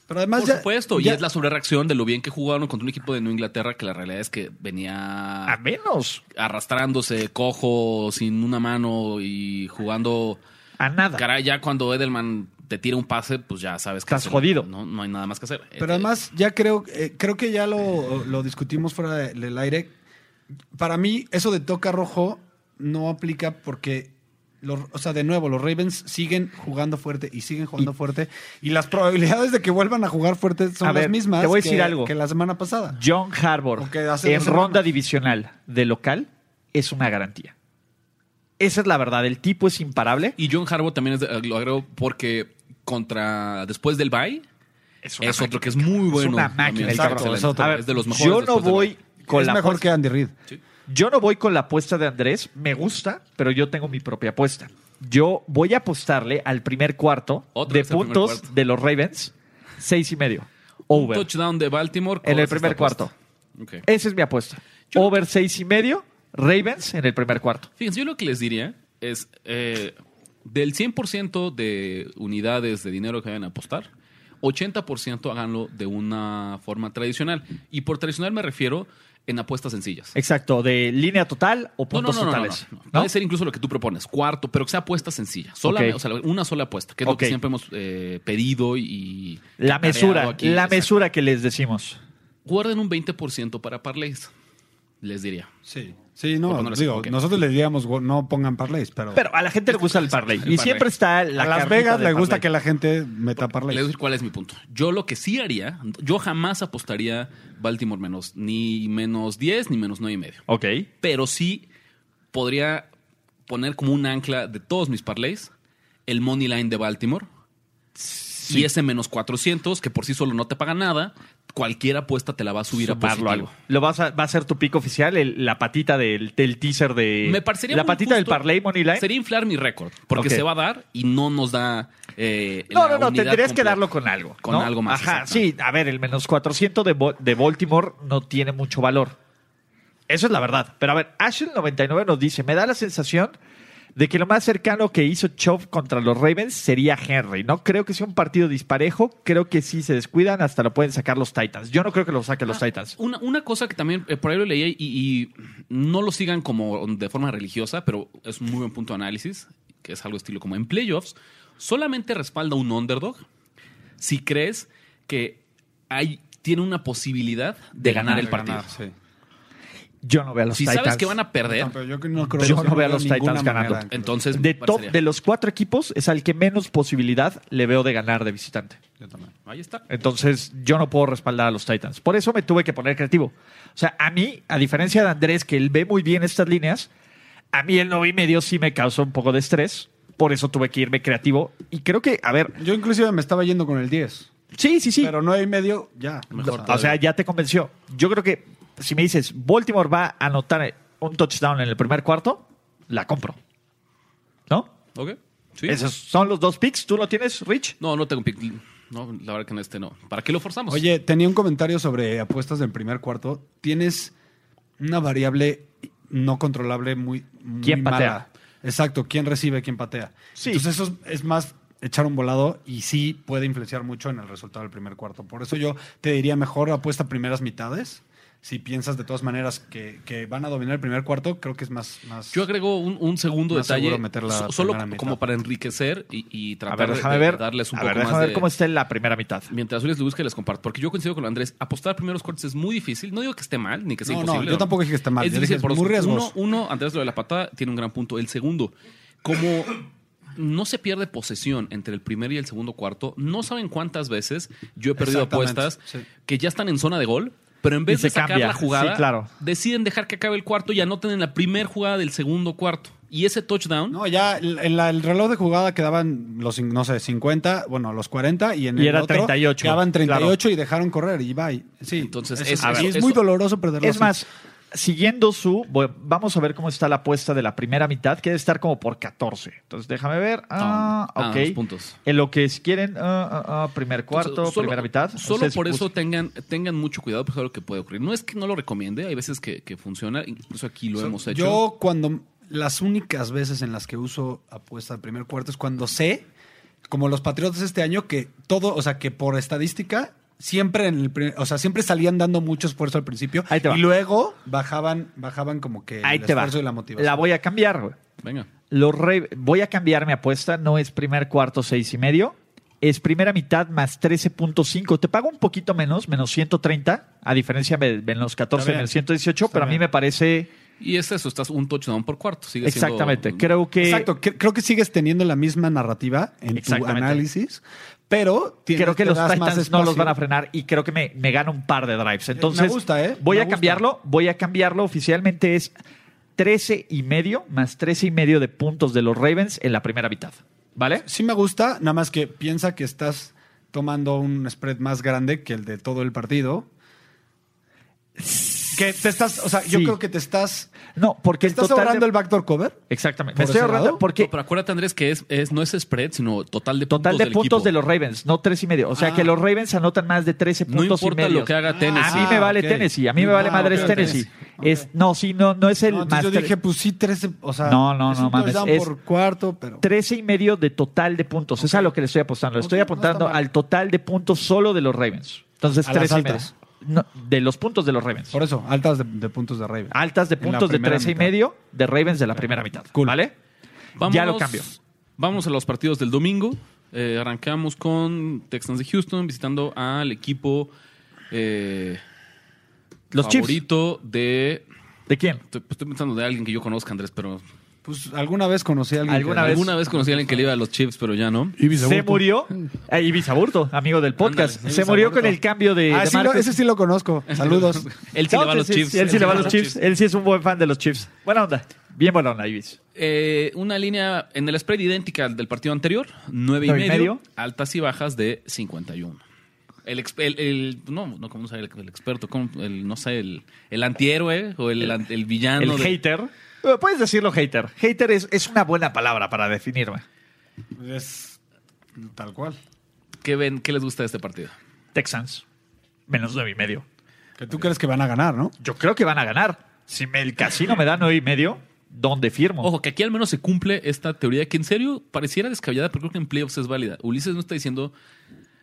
Speaker 4: pero además
Speaker 1: Por
Speaker 4: ya-
Speaker 1: supuesto,
Speaker 4: ya-
Speaker 1: y es la sobrereacción de lo bien que jugaron contra un equipo de Nueva Inglaterra que la realidad es que venía
Speaker 2: A menos.
Speaker 1: arrastrándose, cojo, sin una mano y jugando.
Speaker 2: A nada.
Speaker 1: Caray, ya cuando Edelman te tira un pase, pues ya sabes que
Speaker 2: Estás
Speaker 1: eso-
Speaker 2: jodido.
Speaker 1: No, no hay nada más que hacer.
Speaker 4: Pero
Speaker 1: Eh,
Speaker 4: además, ya creo, eh, creo que ya lo, lo discutimos fuera de- del aire. Para mí, eso de toca rojo no aplica porque, los- o sea, de nuevo, los Ravens siguen jugando fuerte y siguen jugando fuerte. Y las probabilidades de que vuelvan a jugar fuerte son
Speaker 2: A ver,
Speaker 4: las mismas
Speaker 2: te voy a
Speaker 4: que-
Speaker 2: decir algo.
Speaker 4: que la semana pasada.
Speaker 2: John Harbour
Speaker 4: Ok, hace
Speaker 2: en
Speaker 4: dos
Speaker 2: ronda
Speaker 4: semanas.
Speaker 2: divisional de local es una garantía. Esa es la verdad. El tipo es imparable.
Speaker 1: Y John Harbaugh también es de- eh, lo agrego porque contra después del bye
Speaker 2: Es,
Speaker 1: es otro que es muy bueno.
Speaker 2: una
Speaker 1: también,
Speaker 2: máquina. el
Speaker 1: es
Speaker 4: Exacto,
Speaker 2: cabrón.
Speaker 1: excelente,
Speaker 4: es otro.
Speaker 2: A ver,
Speaker 1: es de los mejores.
Speaker 2: yo no
Speaker 1: después del
Speaker 2: voy
Speaker 1: bye.
Speaker 2: con
Speaker 4: es
Speaker 2: la
Speaker 4: mejor
Speaker 2: apuesta-
Speaker 4: que Andy Reid.
Speaker 2: Yo no voy con la apuesta de Andrés, me gusta, pero yo tengo mi propia apuesta. Yo voy a apostarle al primer cuarto
Speaker 1: Otra
Speaker 2: de
Speaker 1: vez al primer
Speaker 2: puntos
Speaker 1: cuarto.
Speaker 2: de los Ravens, seis y medio.
Speaker 1: Un
Speaker 2: Over.
Speaker 1: touchdown de Baltimore
Speaker 2: En el
Speaker 1: cobras
Speaker 2: primer
Speaker 1: esta apuesta. Ok.
Speaker 2: Esa es mi apuesta. Over seis y medio, Ravens en el primer cuarto.
Speaker 1: Fíjense, yo lo que les diría es, eh, del 100% de unidades de dinero que vayan a apostar, 80% háganlo de una forma tradicional. Y por tradicional me refiero en apuestas sencillas.
Speaker 2: Exacto, de línea total o
Speaker 1: No, no,
Speaker 2: puntos
Speaker 1: no, no, no,
Speaker 2: totales.
Speaker 1: no.
Speaker 2: ¿no?
Speaker 1: Puede ser incluso lo que tú propones, cuarto, pero que sea apuesta sencilla. Sola,
Speaker 2: Ok.
Speaker 1: o sea, una sola apuesta, que es lo que
Speaker 2: Ok.
Speaker 1: siempre hemos eh, pedido y...
Speaker 2: La
Speaker 1: cacareado
Speaker 2: mesura,
Speaker 1: aquí.
Speaker 2: la
Speaker 1: Exacto.
Speaker 2: mesura que les decimos.
Speaker 1: Guarden un 20% para parlays, les diría.
Speaker 4: Sí. Sí, no,
Speaker 1: Por ponerles-
Speaker 4: digo,
Speaker 1: ok.
Speaker 4: nosotros le diríamos, "Wow, no pongan parlays, pero,
Speaker 2: Pero a la gente le gusta el parlay.
Speaker 1: el
Speaker 2: Y
Speaker 1: parlay.
Speaker 2: siempre está la
Speaker 4: a Las
Speaker 2: carnita
Speaker 4: Vegas
Speaker 2: de
Speaker 4: le gusta
Speaker 2: parlay.
Speaker 4: que la gente meta
Speaker 1: Le voy a
Speaker 4: parlays.
Speaker 1: decir cuál es mi punto. Yo lo que sí haría, yo jamás apostaría Baltimore menos, ni menos 10, ni menos 9 y medio.
Speaker 2: Ok.
Speaker 1: Pero sí podría poner como un ancla de todos mis parlays el money line de Baltimore. Y ese menos 400, que por sí solo no te paga nada, cualquier apuesta te la va a subir a
Speaker 2: Sumarlo
Speaker 1: positivo.
Speaker 2: a algo. Lo vas a, va a ser tu pico oficial, el- la patita del, del teaser de.
Speaker 1: Me parecería
Speaker 2: La
Speaker 1: muy
Speaker 2: patita del
Speaker 1: justo-
Speaker 2: parlay Moneyline.
Speaker 1: Sería inflar mi récord, porque
Speaker 2: Ok.
Speaker 1: se va a dar y no nos da. eh,
Speaker 2: No,
Speaker 1: la
Speaker 2: no, no,
Speaker 1: unidad
Speaker 2: tendrías que
Speaker 1: completa.
Speaker 2: darlo con algo.
Speaker 1: Con
Speaker 2: ¿no?
Speaker 1: algo más.
Speaker 2: Ajá,
Speaker 1: exacto.
Speaker 2: sí, a ver, el menos 400 de, Bo- de Baltimore no tiene mucho valor. Eso es la verdad. Pero a ver, Ashel99 nos dice: Me da la sensación de que lo más cercano que hizo Chov contra los Ravens sería Henry. No creo que sea un partido disparejo. Creo que si se descuidan, hasta lo pueden sacar los Titans. Yo no creo que lo saquen
Speaker 1: Ah.
Speaker 2: los Titans.
Speaker 1: Una, una cosa que también eh, por ahí lo leía y, y no lo sigan como de forma religiosa, pero es un muy buen punto de análisis, que es algo estilo como en playoffs, solamente respalda un underdog si crees que hay, tiene una posibilidad de, ganar, el partido.
Speaker 4: Sí.
Speaker 2: Yo no veo a los
Speaker 1: Si
Speaker 2: Titans.
Speaker 1: sabes que van a perder,
Speaker 4: No, pero yo no creo
Speaker 2: Yo
Speaker 4: que
Speaker 2: no veo a
Speaker 4: de
Speaker 2: los
Speaker 4: ninguna
Speaker 2: Titans ganando.
Speaker 4: manera.
Speaker 1: entonces me
Speaker 2: de top
Speaker 1: parecería-
Speaker 2: de los cuatro equipos es al que menos posibilidad le veo de ganar de visitante.
Speaker 1: ahí está.
Speaker 2: Entonces yo no puedo respaldar a los Titans. Por eso me tuve que poner creativo. O sea, a mí, a diferencia de Andrés, que él ve muy bien estas líneas, a mí el 9 y medio sí me causó un poco de estrés. Por eso tuve que irme creativo. Y creo que, a ver,
Speaker 4: Yo inclusive me estaba yendo con el 10.
Speaker 2: sí, sí, sí.
Speaker 4: Pero nueve y medio, ya.
Speaker 1: Mejor
Speaker 2: o
Speaker 1: todavía.
Speaker 2: sea, ya te convenció. Yo creo que si me dices, Baltimore va a anotar un touchdown en el primer cuarto, la compro. ¿No?
Speaker 1: ¿Ok? Sí.
Speaker 2: Esos son los dos picks. ¿Tú lo tienes, Rich?
Speaker 1: No, no tengo pick. No, la verdad que en este no. ¿Para qué lo forzamos?
Speaker 4: Oye, tenía un comentario sobre apuestas del primer cuarto. Tienes una variable no controlable muy, muy
Speaker 2: ¿Quién patea?
Speaker 4: mala. Exacto, quién recibe, quién patea.
Speaker 2: Sí.
Speaker 4: Entonces eso es, es más echar un volado y sí puede influenciar mucho en el resultado del primer cuarto. Por eso yo te diría mejor apuesta primeras mitades. Si piensas de todas maneras que, que van a dominar el primer cuarto, creo que es más... más
Speaker 1: Yo agrego un, un segundo
Speaker 4: Más
Speaker 1: detalle,
Speaker 4: seguro meter la
Speaker 1: so- solo
Speaker 4: primera mitad.
Speaker 1: como para enriquecer y, y
Speaker 2: A
Speaker 1: tratar
Speaker 2: ver,
Speaker 1: de-
Speaker 2: déjame
Speaker 1: de
Speaker 2: ver.
Speaker 1: darles un
Speaker 2: a
Speaker 1: poco
Speaker 2: ver,
Speaker 1: más
Speaker 2: déjame
Speaker 1: de...
Speaker 2: ver cómo está en la primera mitad.
Speaker 1: Mientras Urias le busca y les comparto, porque yo coincido con Andrés, apostar primeros cortes es muy difícil, no digo que esté mal, ni que sea
Speaker 4: No, no,
Speaker 1: imposible.
Speaker 4: yo tampoco dije que esté mal, yo dije
Speaker 1: difícil
Speaker 4: es
Speaker 1: por dos-
Speaker 4: muy riesgoso.
Speaker 1: uno, uno, Andrés, lo de la patada tiene un gran punto. El segundo, como no se pierde posesión entre el primer y el segundo cuarto, no saben cuántas veces yo he perdido
Speaker 4: Exactamente,
Speaker 1: apuestas
Speaker 4: sí.
Speaker 1: que ya están en zona de gol, pero en
Speaker 2: Y
Speaker 1: vez
Speaker 2: se
Speaker 1: de sacar
Speaker 2: cambia,
Speaker 1: la jugada,
Speaker 2: sí, claro.
Speaker 1: deciden dejar que acabe el cuarto y anoten en la primera jugada del segundo cuarto. Y ese touchdown...
Speaker 4: No, ya el, el- el reloj de jugada quedaban los, cin- no sé, 50, bueno, los 40 y en
Speaker 2: Y
Speaker 4: el
Speaker 2: era
Speaker 4: otro
Speaker 2: 38,
Speaker 4: quedaban
Speaker 2: claro.
Speaker 4: 38 y dejaron correr y bye. Sí,
Speaker 1: Entonces,
Speaker 4: eso-
Speaker 1: es-
Speaker 4: y
Speaker 1: a
Speaker 4: es,
Speaker 1: ver, eso-
Speaker 4: muy doloroso perderlo.
Speaker 2: Es
Speaker 4: así.
Speaker 2: más, siguiendo su. voy- vamos a ver cómo está la apuesta de la primera mitad, que debe estar como por 14. Entonces déjame ver. Ah,
Speaker 1: Ah,
Speaker 2: ok.
Speaker 1: dos puntos.
Speaker 2: En lo que si quieren, ah, ah, ah, primer cuarto,
Speaker 1: Entonces, solo-
Speaker 2: primera mitad.
Speaker 1: Solo
Speaker 2: Ustedes
Speaker 1: por eso
Speaker 2: busquen.
Speaker 1: tengan, tengan mucho cuidado, porque es algo que puede ocurrir. No es que no lo recomiende, hay veces que, que funciona, incluso aquí lo
Speaker 4: So-
Speaker 1: hemos hecho.
Speaker 4: Yo cuando las únicas veces en las que uso apuesta de primer cuarto es cuando sé, como los Patriotas este año, que todo, o sea, que por estadística siempre en el primer- o sea, siempre salían dando mucho esfuerzo al principio
Speaker 2: Ahí te va.
Speaker 4: y luego bajaban, bajaban como que
Speaker 2: Ahí
Speaker 4: el
Speaker 2: te va.
Speaker 4: esfuerzo y la motivación.
Speaker 2: La voy a cambiar, güey.
Speaker 1: Venga.
Speaker 2: Los Raven- voy a cambiar mi apuesta. No es primer cuarto, seis y medio. Es primera mitad más 13.5. Te pago un poquito menos, menos 130. A diferencia de de los 14,
Speaker 4: Está bien.
Speaker 2: menos 118.
Speaker 4: Está
Speaker 2: pero a mí
Speaker 4: bien.
Speaker 2: me parece.
Speaker 1: Y es eso, estás un touchdown por cuarto. Sigue siendo-
Speaker 2: Exactamente. Creo que.
Speaker 4: Exacto, cre- creo que sigues teniendo la misma narrativa en tu
Speaker 2: Exactamente.
Speaker 4: análisis, pero tienes-
Speaker 2: creo que
Speaker 4: te
Speaker 2: los
Speaker 4: das más
Speaker 2: Titans no los
Speaker 4: espacio.
Speaker 2: van a frenar y creo que me, me gana un par de drives. Entonces,
Speaker 4: me gusta, ¿eh?
Speaker 2: voy
Speaker 4: Me
Speaker 2: a
Speaker 4: gusta.
Speaker 2: cambiarlo, voy a cambiarlo. Oficialmente es 13 y medio más 13 y medio de puntos de los Ravens en la primera mitad. ¿Vale?
Speaker 4: Sí me gusta, nada más que piensa que estás tomando un spread más grande que el de todo el partido. Que te estás, o sea, yo
Speaker 2: Sí.
Speaker 4: creo que te estás
Speaker 2: No, porque el
Speaker 4: estás
Speaker 2: total. de-
Speaker 4: ahorrando el backdoor cover.
Speaker 2: Exactamente.
Speaker 4: por
Speaker 2: Me estoy
Speaker 4: ese
Speaker 2: ahorrando
Speaker 4: lado.
Speaker 2: porque.
Speaker 1: No, pero acuérdate, Andrés, que es, es, no es spread, sino total de
Speaker 2: Total
Speaker 1: puntos
Speaker 2: de
Speaker 1: del
Speaker 2: puntos
Speaker 1: equipo.
Speaker 2: de los Ravens, no tres y medio. O sea
Speaker 4: Ah.
Speaker 2: que los Ravens anotan más de 13
Speaker 1: No
Speaker 2: puntos y
Speaker 1: importa
Speaker 2: medio.
Speaker 1: lo que haga Tennessee.
Speaker 2: a mí me
Speaker 4: Ah,
Speaker 2: vale
Speaker 4: ok.
Speaker 2: Tennessee, a mí me vale
Speaker 4: Ah,
Speaker 2: madres
Speaker 4: ok,
Speaker 2: Tennessee.
Speaker 4: ok.
Speaker 2: Es, no, sí, no, no es el
Speaker 4: No, entonces
Speaker 2: más.
Speaker 4: yo
Speaker 2: tre-
Speaker 4: dije, pues sí, 13, o sea,
Speaker 2: No, no,
Speaker 4: es
Speaker 2: no
Speaker 4: un
Speaker 2: mames,
Speaker 4: touchdown
Speaker 2: es-
Speaker 4: por cuarto, pero
Speaker 2: 13 y medio de total de puntos. Es a lo que le estoy apostando. Le estoy
Speaker 4: Ok, no
Speaker 2: apuntando
Speaker 4: está mal.
Speaker 2: al total de puntos solo de los Ravens. Entonces,
Speaker 4: A las
Speaker 2: 13 y medio.
Speaker 4: altas.
Speaker 2: No, de los puntos de los Ravens.
Speaker 4: por eso, altas de, de puntos de Raven.
Speaker 2: Altas de
Speaker 4: En la
Speaker 2: puntos de
Speaker 4: primera
Speaker 2: 13 y
Speaker 4: mitad.
Speaker 2: medio de Ravens de la primera mitad. ¿Vale? Ya lo cambio.
Speaker 1: Vamos a los partidos del domingo. Eh, arrancamos con Texans de Houston, visitando al equipo eh,
Speaker 2: Los Chiefs.
Speaker 1: favorito de.
Speaker 2: ¿De quién?
Speaker 1: Estoy, pues, estoy pensando de alguien que yo conozca, Andrés, pero
Speaker 4: Pues alguna vez conocí a alguien
Speaker 2: Alguna
Speaker 4: que-
Speaker 2: vez.
Speaker 1: Alguna vez conocí a alguien que le iba a los Chiefs, pero ya no.
Speaker 3: Ibis
Speaker 2: Se
Speaker 3: Aburto.
Speaker 2: murió. Eh, y Bisaburto, amigo del podcast.
Speaker 1: Ándale,
Speaker 2: se murió con el cambio de,
Speaker 4: Ah,
Speaker 2: de
Speaker 4: sí, lo-
Speaker 2: Marcus.
Speaker 4: ese sí lo conozco. Saludos.
Speaker 1: Él sí le va a los
Speaker 2: Sí,
Speaker 1: Chiefs.
Speaker 2: Él sí le va a los Chiefs. Él sí es un buen fan de los Chiefs. Buena onda. Bien buena onda, Ibis.
Speaker 1: Eh, una línea en el spread idéntica al del partido anterior, nueve y
Speaker 2: Nueve y
Speaker 1: medio,
Speaker 2: medio.
Speaker 1: altas y bajas de 51. El, ex- el, el- no, no, ¿cómo se llama el, el experto? ¿Cómo? El, no sé, el, el antihéroe o el, an- el villano.
Speaker 2: el
Speaker 1: de-
Speaker 2: hater. Eh, Puedes decirlo hater. Hater es, es una buena palabra para definirme.
Speaker 4: Es tal cual.
Speaker 1: ¿Qué, ven, ¿Qué les gusta de este partido?
Speaker 2: Texans. Menos nueve y medio.
Speaker 4: Que tú crees que van a ganar, ¿no?
Speaker 2: Yo creo que van a ganar. Si me- el casino me da nueve y medio, ¿dónde firmo?
Speaker 1: Ojo, que aquí al menos se cumple esta teoría que en serio pareciera descabellada, pero creo que en playoffs es válida. Ulises no está diciendo,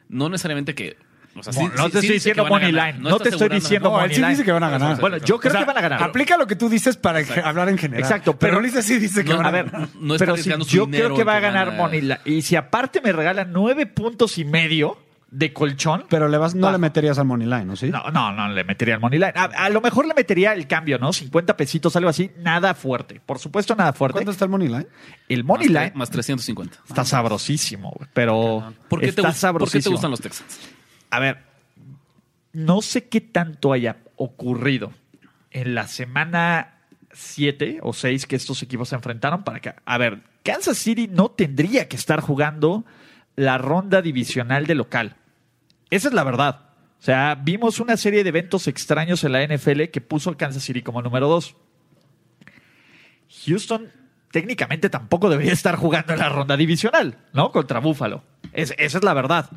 Speaker 1: no necesariamente que. o sea, sí-
Speaker 2: Bueno, no
Speaker 1: sí-
Speaker 2: te
Speaker 1: sí
Speaker 2: estoy
Speaker 1: dice que
Speaker 2: diciendo
Speaker 1: van a
Speaker 2: money
Speaker 1: ganar.
Speaker 2: line. No
Speaker 1: está
Speaker 2: te estoy
Speaker 1: asegurando-
Speaker 2: diciendo
Speaker 4: No, él sí
Speaker 2: money
Speaker 4: dice
Speaker 2: line.
Speaker 4: que van a ganar.
Speaker 2: Bueno, yo creo
Speaker 4: O sea,
Speaker 2: que van a ganar.
Speaker 4: Aplica lo que tú dices para que- hablar en general.
Speaker 2: Exacto,
Speaker 4: pero,
Speaker 2: pero-
Speaker 4: Ulises sí dice que
Speaker 1: No,
Speaker 4: van a
Speaker 2: a ver,
Speaker 1: no está
Speaker 2: pero si
Speaker 1: arriesgando su
Speaker 2: yo
Speaker 1: dinero
Speaker 2: creo que
Speaker 1: en
Speaker 2: va a
Speaker 1: que
Speaker 2: ganar
Speaker 1: gana.
Speaker 2: money line. Y si aparte me regalan nueve puntos y medio de colchón,
Speaker 4: Pero le vas, no
Speaker 2: Bajo.
Speaker 4: le meterías al Money Line, ¿no? ¿Sí?
Speaker 2: No, no, no le metería el money line. A, a lo mejor le metería el cambio, ¿no? 50 pesitos, algo así. Nada fuerte. Por supuesto, nada fuerte.
Speaker 4: ¿Cuánto está el Money Line?
Speaker 2: El money
Speaker 1: Más,
Speaker 2: line
Speaker 1: tre- más 350.
Speaker 2: está sabrosísimo, güey, pero
Speaker 1: ¿Por qué, te, gust-
Speaker 2: está
Speaker 1: ¿Por qué te
Speaker 2: sabrosísimo.
Speaker 1: gustan los Texans?
Speaker 2: A ver, no sé qué tanto haya ocurrido en la semana 7 o 6 que estos equipos se enfrentaron para que... A ver, Kansas City no tendría que estar jugando la ronda divisional de local. Esa es la verdad. O sea, vimos una serie de eventos extraños en la NFL que puso a Kansas City como número 2. Houston técnicamente tampoco debería estar jugando en la ronda divisional, ¿no? Contra Buffalo. Es- esa es la verdad.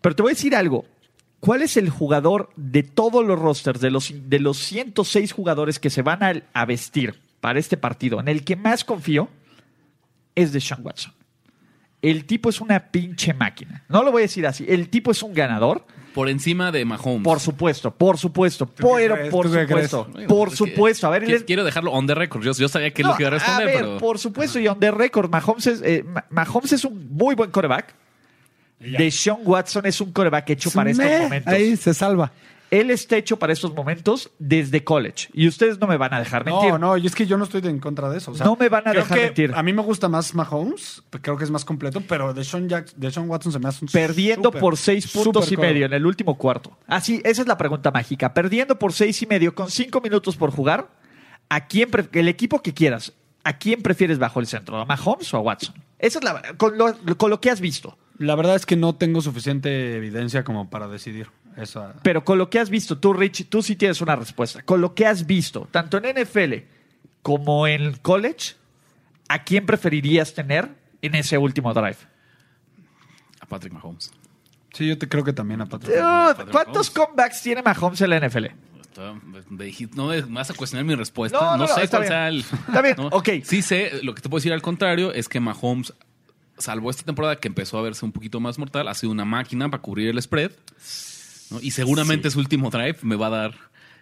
Speaker 2: Pero te voy a decir algo. ¿Cuál es el jugador de todos los rosters, de los, de los 106 jugadores que se van a, a vestir para este partido, en el que más confío? Es de Sean Watson. El tipo es una pinche máquina. No lo voy a decir así. El tipo es un ganador.
Speaker 1: Por encima de Mahomes.
Speaker 2: Por supuesto, por supuesto. Pero,
Speaker 4: crees?
Speaker 2: por
Speaker 4: ¿Tú qué
Speaker 2: supuesto.
Speaker 1: Oiga,
Speaker 2: Por
Speaker 1: pues, es que-
Speaker 2: supuesto. A ver,
Speaker 1: qui-
Speaker 2: les-
Speaker 1: quiero dejarlo on the record. Yo, yo sabía que es
Speaker 2: no,
Speaker 1: lo que iba a responder,
Speaker 2: ver,
Speaker 1: pero.
Speaker 2: por supuesto, y on the record, Mahomes es, eh, Ma- Mahomes es un muy buen coreback. Deshaun Watson es un coreback hecho para estos
Speaker 4: Meh,
Speaker 2: momentos.
Speaker 4: Ahí se salva.
Speaker 2: Él está hecho para estos momentos desde college. Y ustedes no me van a dejar mentir.
Speaker 4: No, no, y es que yo no estoy de- en contra de eso. o sea,
Speaker 2: No me van a
Speaker 4: creo
Speaker 2: dejar
Speaker 4: que
Speaker 2: mentir.
Speaker 4: A mí me gusta más Mahomes, pues, creo que es más completo, pero de Sean, Watson se me hace un
Speaker 2: Perdiendo
Speaker 4: súper,
Speaker 2: por seis puntos
Speaker 4: súper
Speaker 2: y medio
Speaker 4: coreback.
Speaker 2: en el último cuarto. Así, esa es la pregunta mágica. Perdiendo por seis y medio con cinco minutos por jugar, ¿a quién pref- el equipo que quieras, ¿a quién prefieres bajo el centro? ¿A Mahomes o a Watson? Esa es la con lo, con lo que has visto.
Speaker 4: La verdad es que no tengo suficiente evidencia como para decidir esa.
Speaker 2: Pero con lo que has visto, tú, Rich, tú sí tienes una respuesta. Con lo que has visto, tanto en NFL como en college, ¿a quién preferirías tener en ese último drive?
Speaker 1: A Patrick Mahomes.
Speaker 4: Sí, yo te creo que también a Patrick.
Speaker 2: Dude, ¿Cuántos comebacks tiene Mahomes en la NFL?
Speaker 1: Está- me dijiste- No me vas a cuestionar mi respuesta.
Speaker 2: No,
Speaker 1: No,
Speaker 2: no, no,
Speaker 1: sé
Speaker 2: está
Speaker 1: cuál
Speaker 2: bien.
Speaker 1: sea el-
Speaker 2: Está bien,
Speaker 1: ¿no?
Speaker 2: ok.
Speaker 1: Sí sé, lo que te puedo decir al contrario es que Mahomes, salvo esta temporada que empezó a verse un poquito más mortal, ha sido una máquina para cubrir el spread. ¿no? Y seguramente su último drive me va a dar.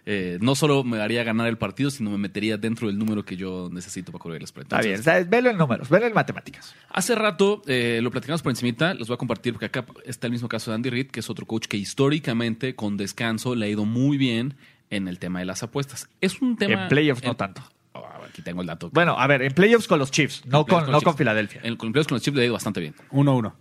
Speaker 1: eh, no solo me daría ganar el partido, sino me metería dentro del número que yo necesito para cubrir el spread.
Speaker 2: Está
Speaker 1: Entonces,
Speaker 2: bien, ¿sabes? velo en números, velo en matemáticas.
Speaker 1: Hace rato eh, lo platicamos por encimita, les voy a compartir porque acá está el mismo caso de Andy Reid, que es otro coach que históricamente con descanso le ha ido muy bien en el tema de las apuestas. Es un tema
Speaker 2: en playoffs
Speaker 1: en-
Speaker 2: no tanto.
Speaker 1: Ah, aquí tengo el dato.
Speaker 2: Bueno, a ver, en playoffs con los Chiefs, no con,
Speaker 1: Playoffs
Speaker 2: no
Speaker 1: los
Speaker 2: con
Speaker 1: Chiefs.
Speaker 2: Filadelfia.
Speaker 1: En con- playoffs con los Chiefs le ha ido bastante bien.
Speaker 4: 1-1. Uno, uno.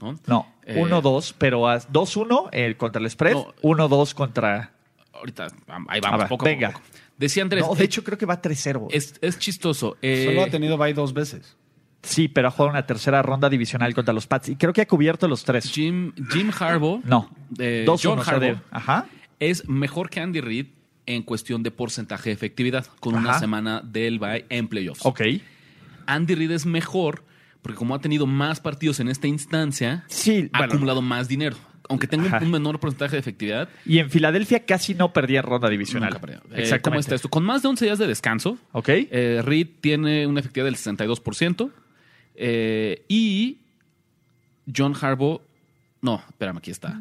Speaker 1: No,
Speaker 2: No,
Speaker 1: Eh,
Speaker 2: 1-2, pero a 2-1 eh, contra el spread,
Speaker 1: No.
Speaker 2: 1-2 contra...
Speaker 1: Ahorita vam- ahí
Speaker 2: A
Speaker 1: vamos,
Speaker 2: ver,
Speaker 1: poco
Speaker 2: venga.
Speaker 1: a poco. Decía Andrés,
Speaker 2: No, de
Speaker 1: eh,
Speaker 2: hecho creo que va 3-0.
Speaker 1: es, es chistoso. eh,
Speaker 4: Solo ha tenido bye dos veces.
Speaker 2: Sí, pero ha jugado una tercera ronda divisional contra los Pats y creo que ha cubierto los tres.
Speaker 1: Jim, Jim Harbaugh,
Speaker 2: No.
Speaker 1: eh,
Speaker 2: Dos
Speaker 1: John
Speaker 2: uno, se
Speaker 1: Harbaugh,
Speaker 2: debe. Ajá.
Speaker 1: es mejor que Andy Reid en cuestión de porcentaje de efectividad con una
Speaker 2: Ajá.
Speaker 1: semana del bye en playoffs.
Speaker 2: Ok.
Speaker 1: Andy Reid es mejor porque como ha tenido más partidos en esta instancia,
Speaker 2: Sí,
Speaker 1: ha
Speaker 2: bueno.
Speaker 1: acumulado más dinero. Aunque tenga un-
Speaker 2: Ajá.
Speaker 1: un menor porcentaje de efectividad,
Speaker 2: Y en Filadelfia casi no perdía en ronda divisional.
Speaker 1: nunca perdió. Eh,
Speaker 2: Exactamente.
Speaker 1: ¿Cómo está esto? Con más de 11 días de descanso,
Speaker 2: Ok.
Speaker 1: eh, Reid tiene una efectividad del 62% eh, y John Harbaugh... No, espérame, aquí está.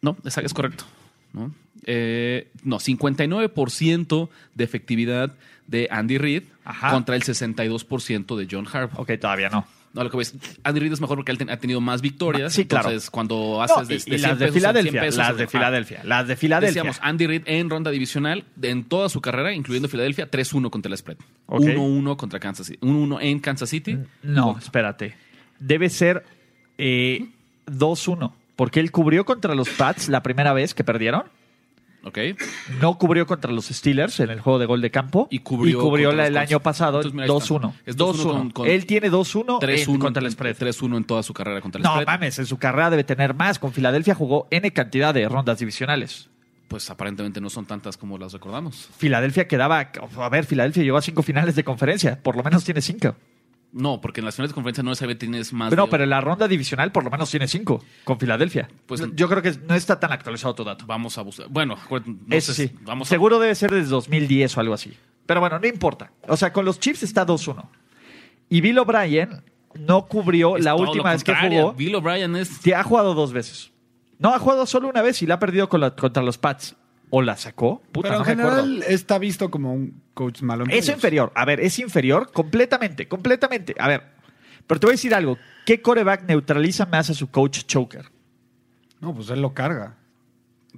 Speaker 1: No, es, es correcto. ¿no? Eh, no, 59% de efectividad de Andy Reid
Speaker 2: Ajá.
Speaker 1: contra el 62% de John Harbaugh.
Speaker 2: ok, todavía no.
Speaker 1: No, lo que ves, Andy Reid es mejor porque él ten- ha tenido más victorias.
Speaker 2: Ah, Sí, claro.
Speaker 1: Entonces, cuando
Speaker 2: No,
Speaker 1: haces
Speaker 2: y-
Speaker 1: de,
Speaker 2: y
Speaker 1: de 100
Speaker 2: las de
Speaker 1: pesos en 100
Speaker 2: Filadelfia,
Speaker 1: pesos,
Speaker 2: las de
Speaker 1: ah,
Speaker 2: Filadelfia, las de Filadelfia.
Speaker 1: Decíamos, ah, Andy Reid en ronda divisional, de- en toda su carrera, incluyendo Filadelfia, 3-1 contra el spread.
Speaker 2: Ok. Mm.
Speaker 1: 1-1 contra Kansas City. 1-1 en Kansas City.
Speaker 2: No, espérate. Debe ser eh, 2-1, porque él cubrió contra los Pats la primera vez que perdieron.
Speaker 1: Ok.
Speaker 2: No cubrió contra los Steelers en el juego de gol de campo.
Speaker 1: Y cubrió contra
Speaker 2: la-
Speaker 1: los
Speaker 2: el
Speaker 1: Colts.
Speaker 2: año pasado
Speaker 1: Entonces, mira, ahí está.
Speaker 2: 2-1.
Speaker 1: Es 2-1 con-
Speaker 2: 2-1.
Speaker 1: con-
Speaker 2: Él tiene 2-1 en-
Speaker 1: 3-1
Speaker 2: contra el spread.
Speaker 1: 3-1 en toda su carrera contra el
Speaker 2: No
Speaker 1: spread.
Speaker 2: mames, en su carrera debe tener más. Con Filadelfia jugó N cantidad de rondas divisionales.
Speaker 1: Pues aparentemente no son tantas como las recordamos.
Speaker 2: Filadelfia quedaba. A ver, Filadelfia llegó a cinco finales de conferencia. Por lo menos tiene cinco.
Speaker 1: No, porque en las finales de conferencia no sabes tienes más.
Speaker 2: Pero,
Speaker 1: de-
Speaker 2: pero en la ronda divisional por lo menos tiene cinco con Filadelfia.
Speaker 1: Pues-
Speaker 2: Yo creo que no está tan actualizado tu dato.
Speaker 1: Vamos a buscar. Bueno, acuérdate, no
Speaker 2: Eso
Speaker 1: sé,
Speaker 2: sí.
Speaker 1: Vamos a
Speaker 2: Seguro debe ser desde 2010 o algo así. Pero bueno, no importa. O sea, con los Chiefs está 2-1. Y Bill O'Brien no cubrió
Speaker 1: Es
Speaker 2: la
Speaker 1: todo lo
Speaker 2: última vez que
Speaker 1: contrario.
Speaker 2: jugó.
Speaker 1: Bill O'Brien es
Speaker 2: Sí, ha jugado dos veces. No, ha jugado solo una vez y la ha perdido con la- contra los Pats. ¿O la sacó? Puta,
Speaker 4: pero
Speaker 2: no
Speaker 4: en
Speaker 2: me acuerdo.
Speaker 4: general está visto como un coach malo. en
Speaker 2: Es
Speaker 4: playoffs.
Speaker 2: inferior. A ver, es inferior completamente, completamente. A ver, pero te voy a decir algo. ¿Qué coreback neutraliza más a su coach Choker?
Speaker 4: No, pues él lo carga.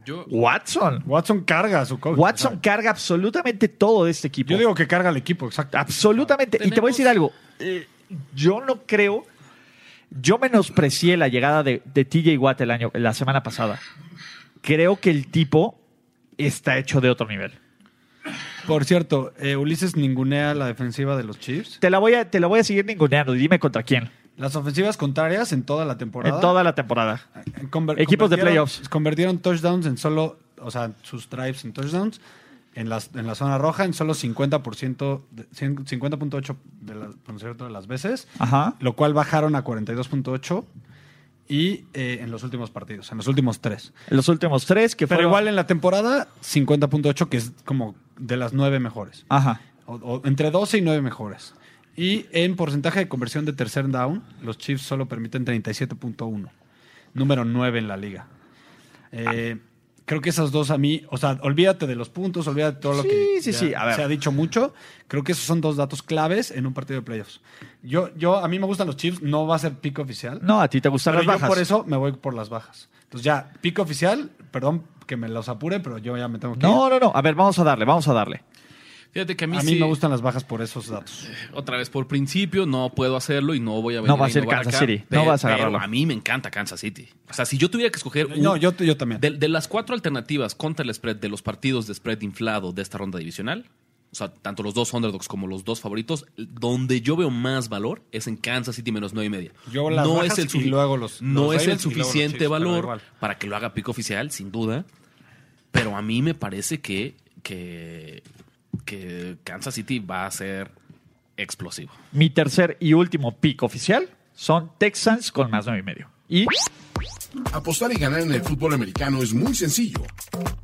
Speaker 1: Yo,
Speaker 2: Watson.
Speaker 4: Watson carga a su coach.
Speaker 2: Watson
Speaker 4: o sea,
Speaker 2: carga absolutamente todo de este equipo.
Speaker 4: yo digo que carga al equipo, exacto.
Speaker 2: Absolutamente. Y te voy a decir algo. Eh, Yo no creo. Yo menosprecié la llegada de, de TJ Watt el año, la semana pasada. Creo que el tipo está hecho de otro nivel.
Speaker 4: Por cierto, eh, Ulises ningunea la defensiva de los Chiefs.
Speaker 2: Te la voy a, te la voy a seguir ninguneando. y Dime contra quién.
Speaker 4: Las ofensivas contrarias en toda la temporada.
Speaker 2: En toda la temporada.
Speaker 4: Conver-
Speaker 2: Equipos de
Speaker 4: convirtieron-
Speaker 2: playoffs.
Speaker 4: Convirtieron touchdowns en solo, o sea, sus drives en touchdowns. en, las- en la zona roja en solo 50%, de- 50.8 de, las- por cierto, de las veces,
Speaker 2: Ajá.
Speaker 4: lo cual bajaron a 42.8 y eh, en los últimos partidos, en los últimos tres.
Speaker 2: Los últimos tres que
Speaker 4: Pero
Speaker 2: fueron-
Speaker 4: igual en la temporada, 50.8, que es como de las nueve mejores.
Speaker 2: Ajá.
Speaker 4: O- o entre 12 y 9 mejores. Y en porcentaje de conversión de tercer down, los Chiefs solo permiten 37.1, número 9 en la liga. Eh, Creo que esas dos a mí, o sea, olvídate de los puntos, olvídate de todo lo
Speaker 2: Sí,
Speaker 4: que
Speaker 2: sí,
Speaker 4: ya
Speaker 2: sí, a ver.
Speaker 4: se ha dicho mucho. Creo que esos son dos datos claves en un partido de playoffs. Yo, yo, a mí me gustan los Chiefs, no va a ser pico oficial.
Speaker 2: No, a ti te gustan
Speaker 4: Pero
Speaker 2: las
Speaker 4: yo
Speaker 2: bajas.
Speaker 4: por eso me voy por las bajas. Entonces ya, pico oficial, perdón que me los apure, pero yo ya me tengo que
Speaker 2: No,
Speaker 4: ir.
Speaker 2: no, no. A ver, vamos a darle, vamos a darle.
Speaker 1: Fíjate que a mí,
Speaker 4: A mí
Speaker 1: sí,
Speaker 4: me gustan las bajas por esos datos.
Speaker 1: otra vez por principio, no puedo hacerlo y no voy a venir
Speaker 2: va a
Speaker 1: a
Speaker 2: ser
Speaker 1: innovar
Speaker 2: Kansas
Speaker 1: acá,
Speaker 2: City, no
Speaker 1: pero-
Speaker 2: vas a
Speaker 1: pero
Speaker 2: agarrarlo.
Speaker 1: a mí me encanta Kansas City. O sea, si yo tuviera que escoger
Speaker 4: No,
Speaker 1: un-
Speaker 4: yo, yo también.
Speaker 1: De, de las cuatro alternativas contra el spread de los partidos de spread inflado de esta ronda divisional, o sea, tanto los dos underdogs como los dos favoritos, donde yo veo más valor es en Kansas City menos nueve y media.
Speaker 4: Yo las
Speaker 1: no
Speaker 4: bajas
Speaker 1: es el,
Speaker 4: y luego los-
Speaker 1: no
Speaker 4: los
Speaker 1: es el
Speaker 4: Ravens y luego los
Speaker 1: suficiente
Speaker 4: Chiefs, pero
Speaker 1: valor
Speaker 4: igual.
Speaker 1: para que lo haga pico oficial, sin duda. Pero a mí me parece que, que, que Kansas City va a ser explosivo.
Speaker 2: Mi tercer y último pick oficial son Texans con más nueve y medio. Y
Speaker 5: Apostar y ganar en el fútbol americano es muy sencillo.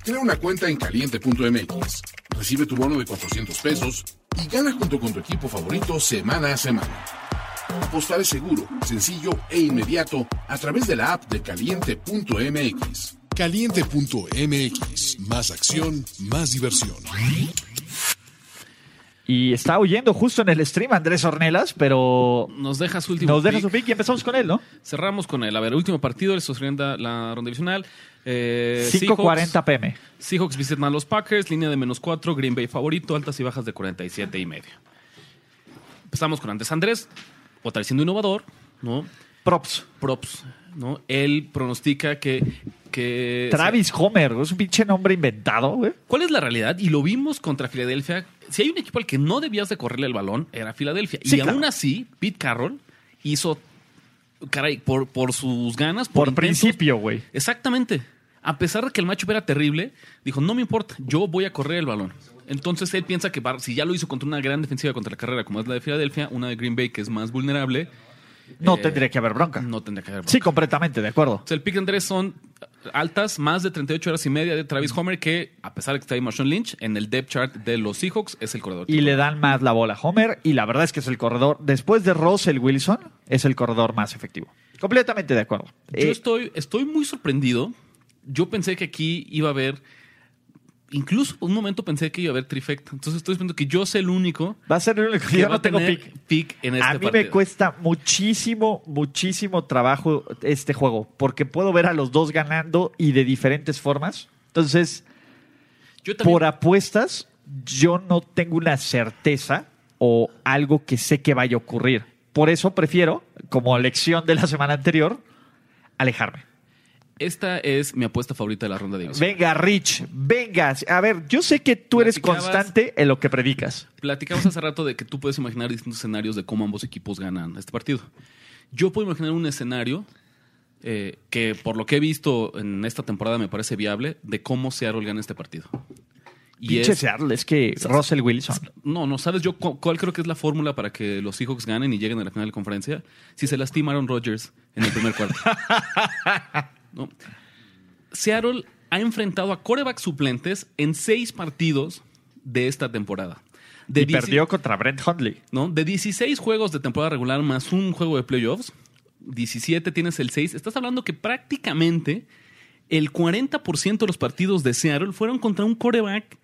Speaker 5: Crea una cuenta en caliente.mx, recibe tu bono de 400 pesos y gana junto con tu equipo favorito semana a semana. Apostar es seguro, sencillo e inmediato a través de la app de caliente.mx.
Speaker 6: Caliente.mx. Más acción, más diversión.
Speaker 2: Y está huyendo justo en el stream Andrés Ornelas, pero
Speaker 1: Nos deja su último
Speaker 2: nos deja
Speaker 1: pick.
Speaker 2: su pick y empezamos con él, ¿no?
Speaker 1: Cerramos con el, a ver, último partido, el sorprenda la ronda divisional. Eh, Seahawks-
Speaker 2: 5.40 pm.
Speaker 1: Seahawks visitan a los Packers, línea de menos 4, Green Bay favorito, altas y bajas de 47 y medio. Empezamos con Andrés Andrés, otra vez siendo innovador, ¿no?
Speaker 2: Props.
Speaker 1: Props, ¿no? Él pronostica que... que
Speaker 2: Travis Homer, es un pinche nombre inventado, güey.
Speaker 1: ¿Cuál es la realidad? Y lo vimos contra Filadelfia. Si hay un equipo al que no debías de correrle el balón, era Filadelfia.
Speaker 2: Sí,
Speaker 1: y
Speaker 2: claro.
Speaker 1: aún así, Pete Carroll hizo, caray, por, por sus ganas, por,
Speaker 2: Por
Speaker 1: intentos,
Speaker 2: principio, güey.
Speaker 1: Exactamente. A pesar de que el matchup era terrible, dijo, no me importa, yo voy a correr el balón. Entonces él piensa que va- si ya lo hizo contra una gran defensiva contra la carrera como es la de Filadelfia, una de Green Bay que es más vulnerable,
Speaker 2: No
Speaker 1: Eh,
Speaker 2: tendría que haber bronca.
Speaker 1: no tendría que haber.
Speaker 2: Sí, completamente, de acuerdo.
Speaker 1: O sea, el pick de Andrés son altas, más de 38 horas y media de Travis Homer, que a pesar de que está ahí Marshawn Lynch, en el depth chart de los Seahawks es el corredor.
Speaker 2: Y le dan más la bola a Homer y la verdad es que es el corredor, después de Russell Wilson, es el corredor más efectivo. Completamente de acuerdo.
Speaker 1: Yo
Speaker 2: Eh,
Speaker 1: estoy, estoy muy sorprendido. Yo pensé que aquí iba a haber. Incluso un momento pensé que iba a haber trifecta. Entonces estoy viendo que yo soy el único
Speaker 2: va a ser el único que
Speaker 1: que
Speaker 2: yo
Speaker 1: va
Speaker 2: no
Speaker 1: a
Speaker 2: tengo
Speaker 1: tener
Speaker 2: pick.
Speaker 1: pick en este
Speaker 2: a mí me
Speaker 1: partido.
Speaker 2: cuesta muchísimo, muchísimo trabajo este juego, porque puedo ver a los dos ganando y de diferentes formas. Entonces,
Speaker 1: Yo también-
Speaker 2: por apuestas, yo no tengo una certeza o algo que sé que vaya a ocurrir. Por eso prefiero, como lección de la semana anterior, alejarme.
Speaker 1: Esta es mi apuesta favorita de la ronda de división.
Speaker 2: Venga, Rich, venga. A ver, yo sé que tú eres
Speaker 1: Platicabas-
Speaker 2: constante en lo que predicas.
Speaker 1: Platicamos hace rato de que tú puedes imaginar distintos escenarios de cómo ambos equipos ganan este partido. Yo puedo imaginar un escenario eh, que, por lo que he visto en esta temporada, me parece viable de cómo Seattle gana este partido. Y
Speaker 2: Pinche
Speaker 1: es-
Speaker 2: Seattle, es que Russell Wilson.
Speaker 1: no, no sabes yo cu- cuál creo que es la fórmula para que los Seahawks ganen y lleguen a la final de conferencia. Si se lastima Aaron Rodgers en el primer cuarto. No. Seattle ha enfrentado a corebacks suplentes en seis partidos de esta temporada. De
Speaker 2: Y
Speaker 1: 10
Speaker 2: perdió contra Brent Hundley.
Speaker 1: ¿no? De 16 juegos de temporada regular más un juego de playoffs, 17 tienes el 6. Estás hablando que prácticamente el 40% de los partidos de Seattle fueron contra un coreback.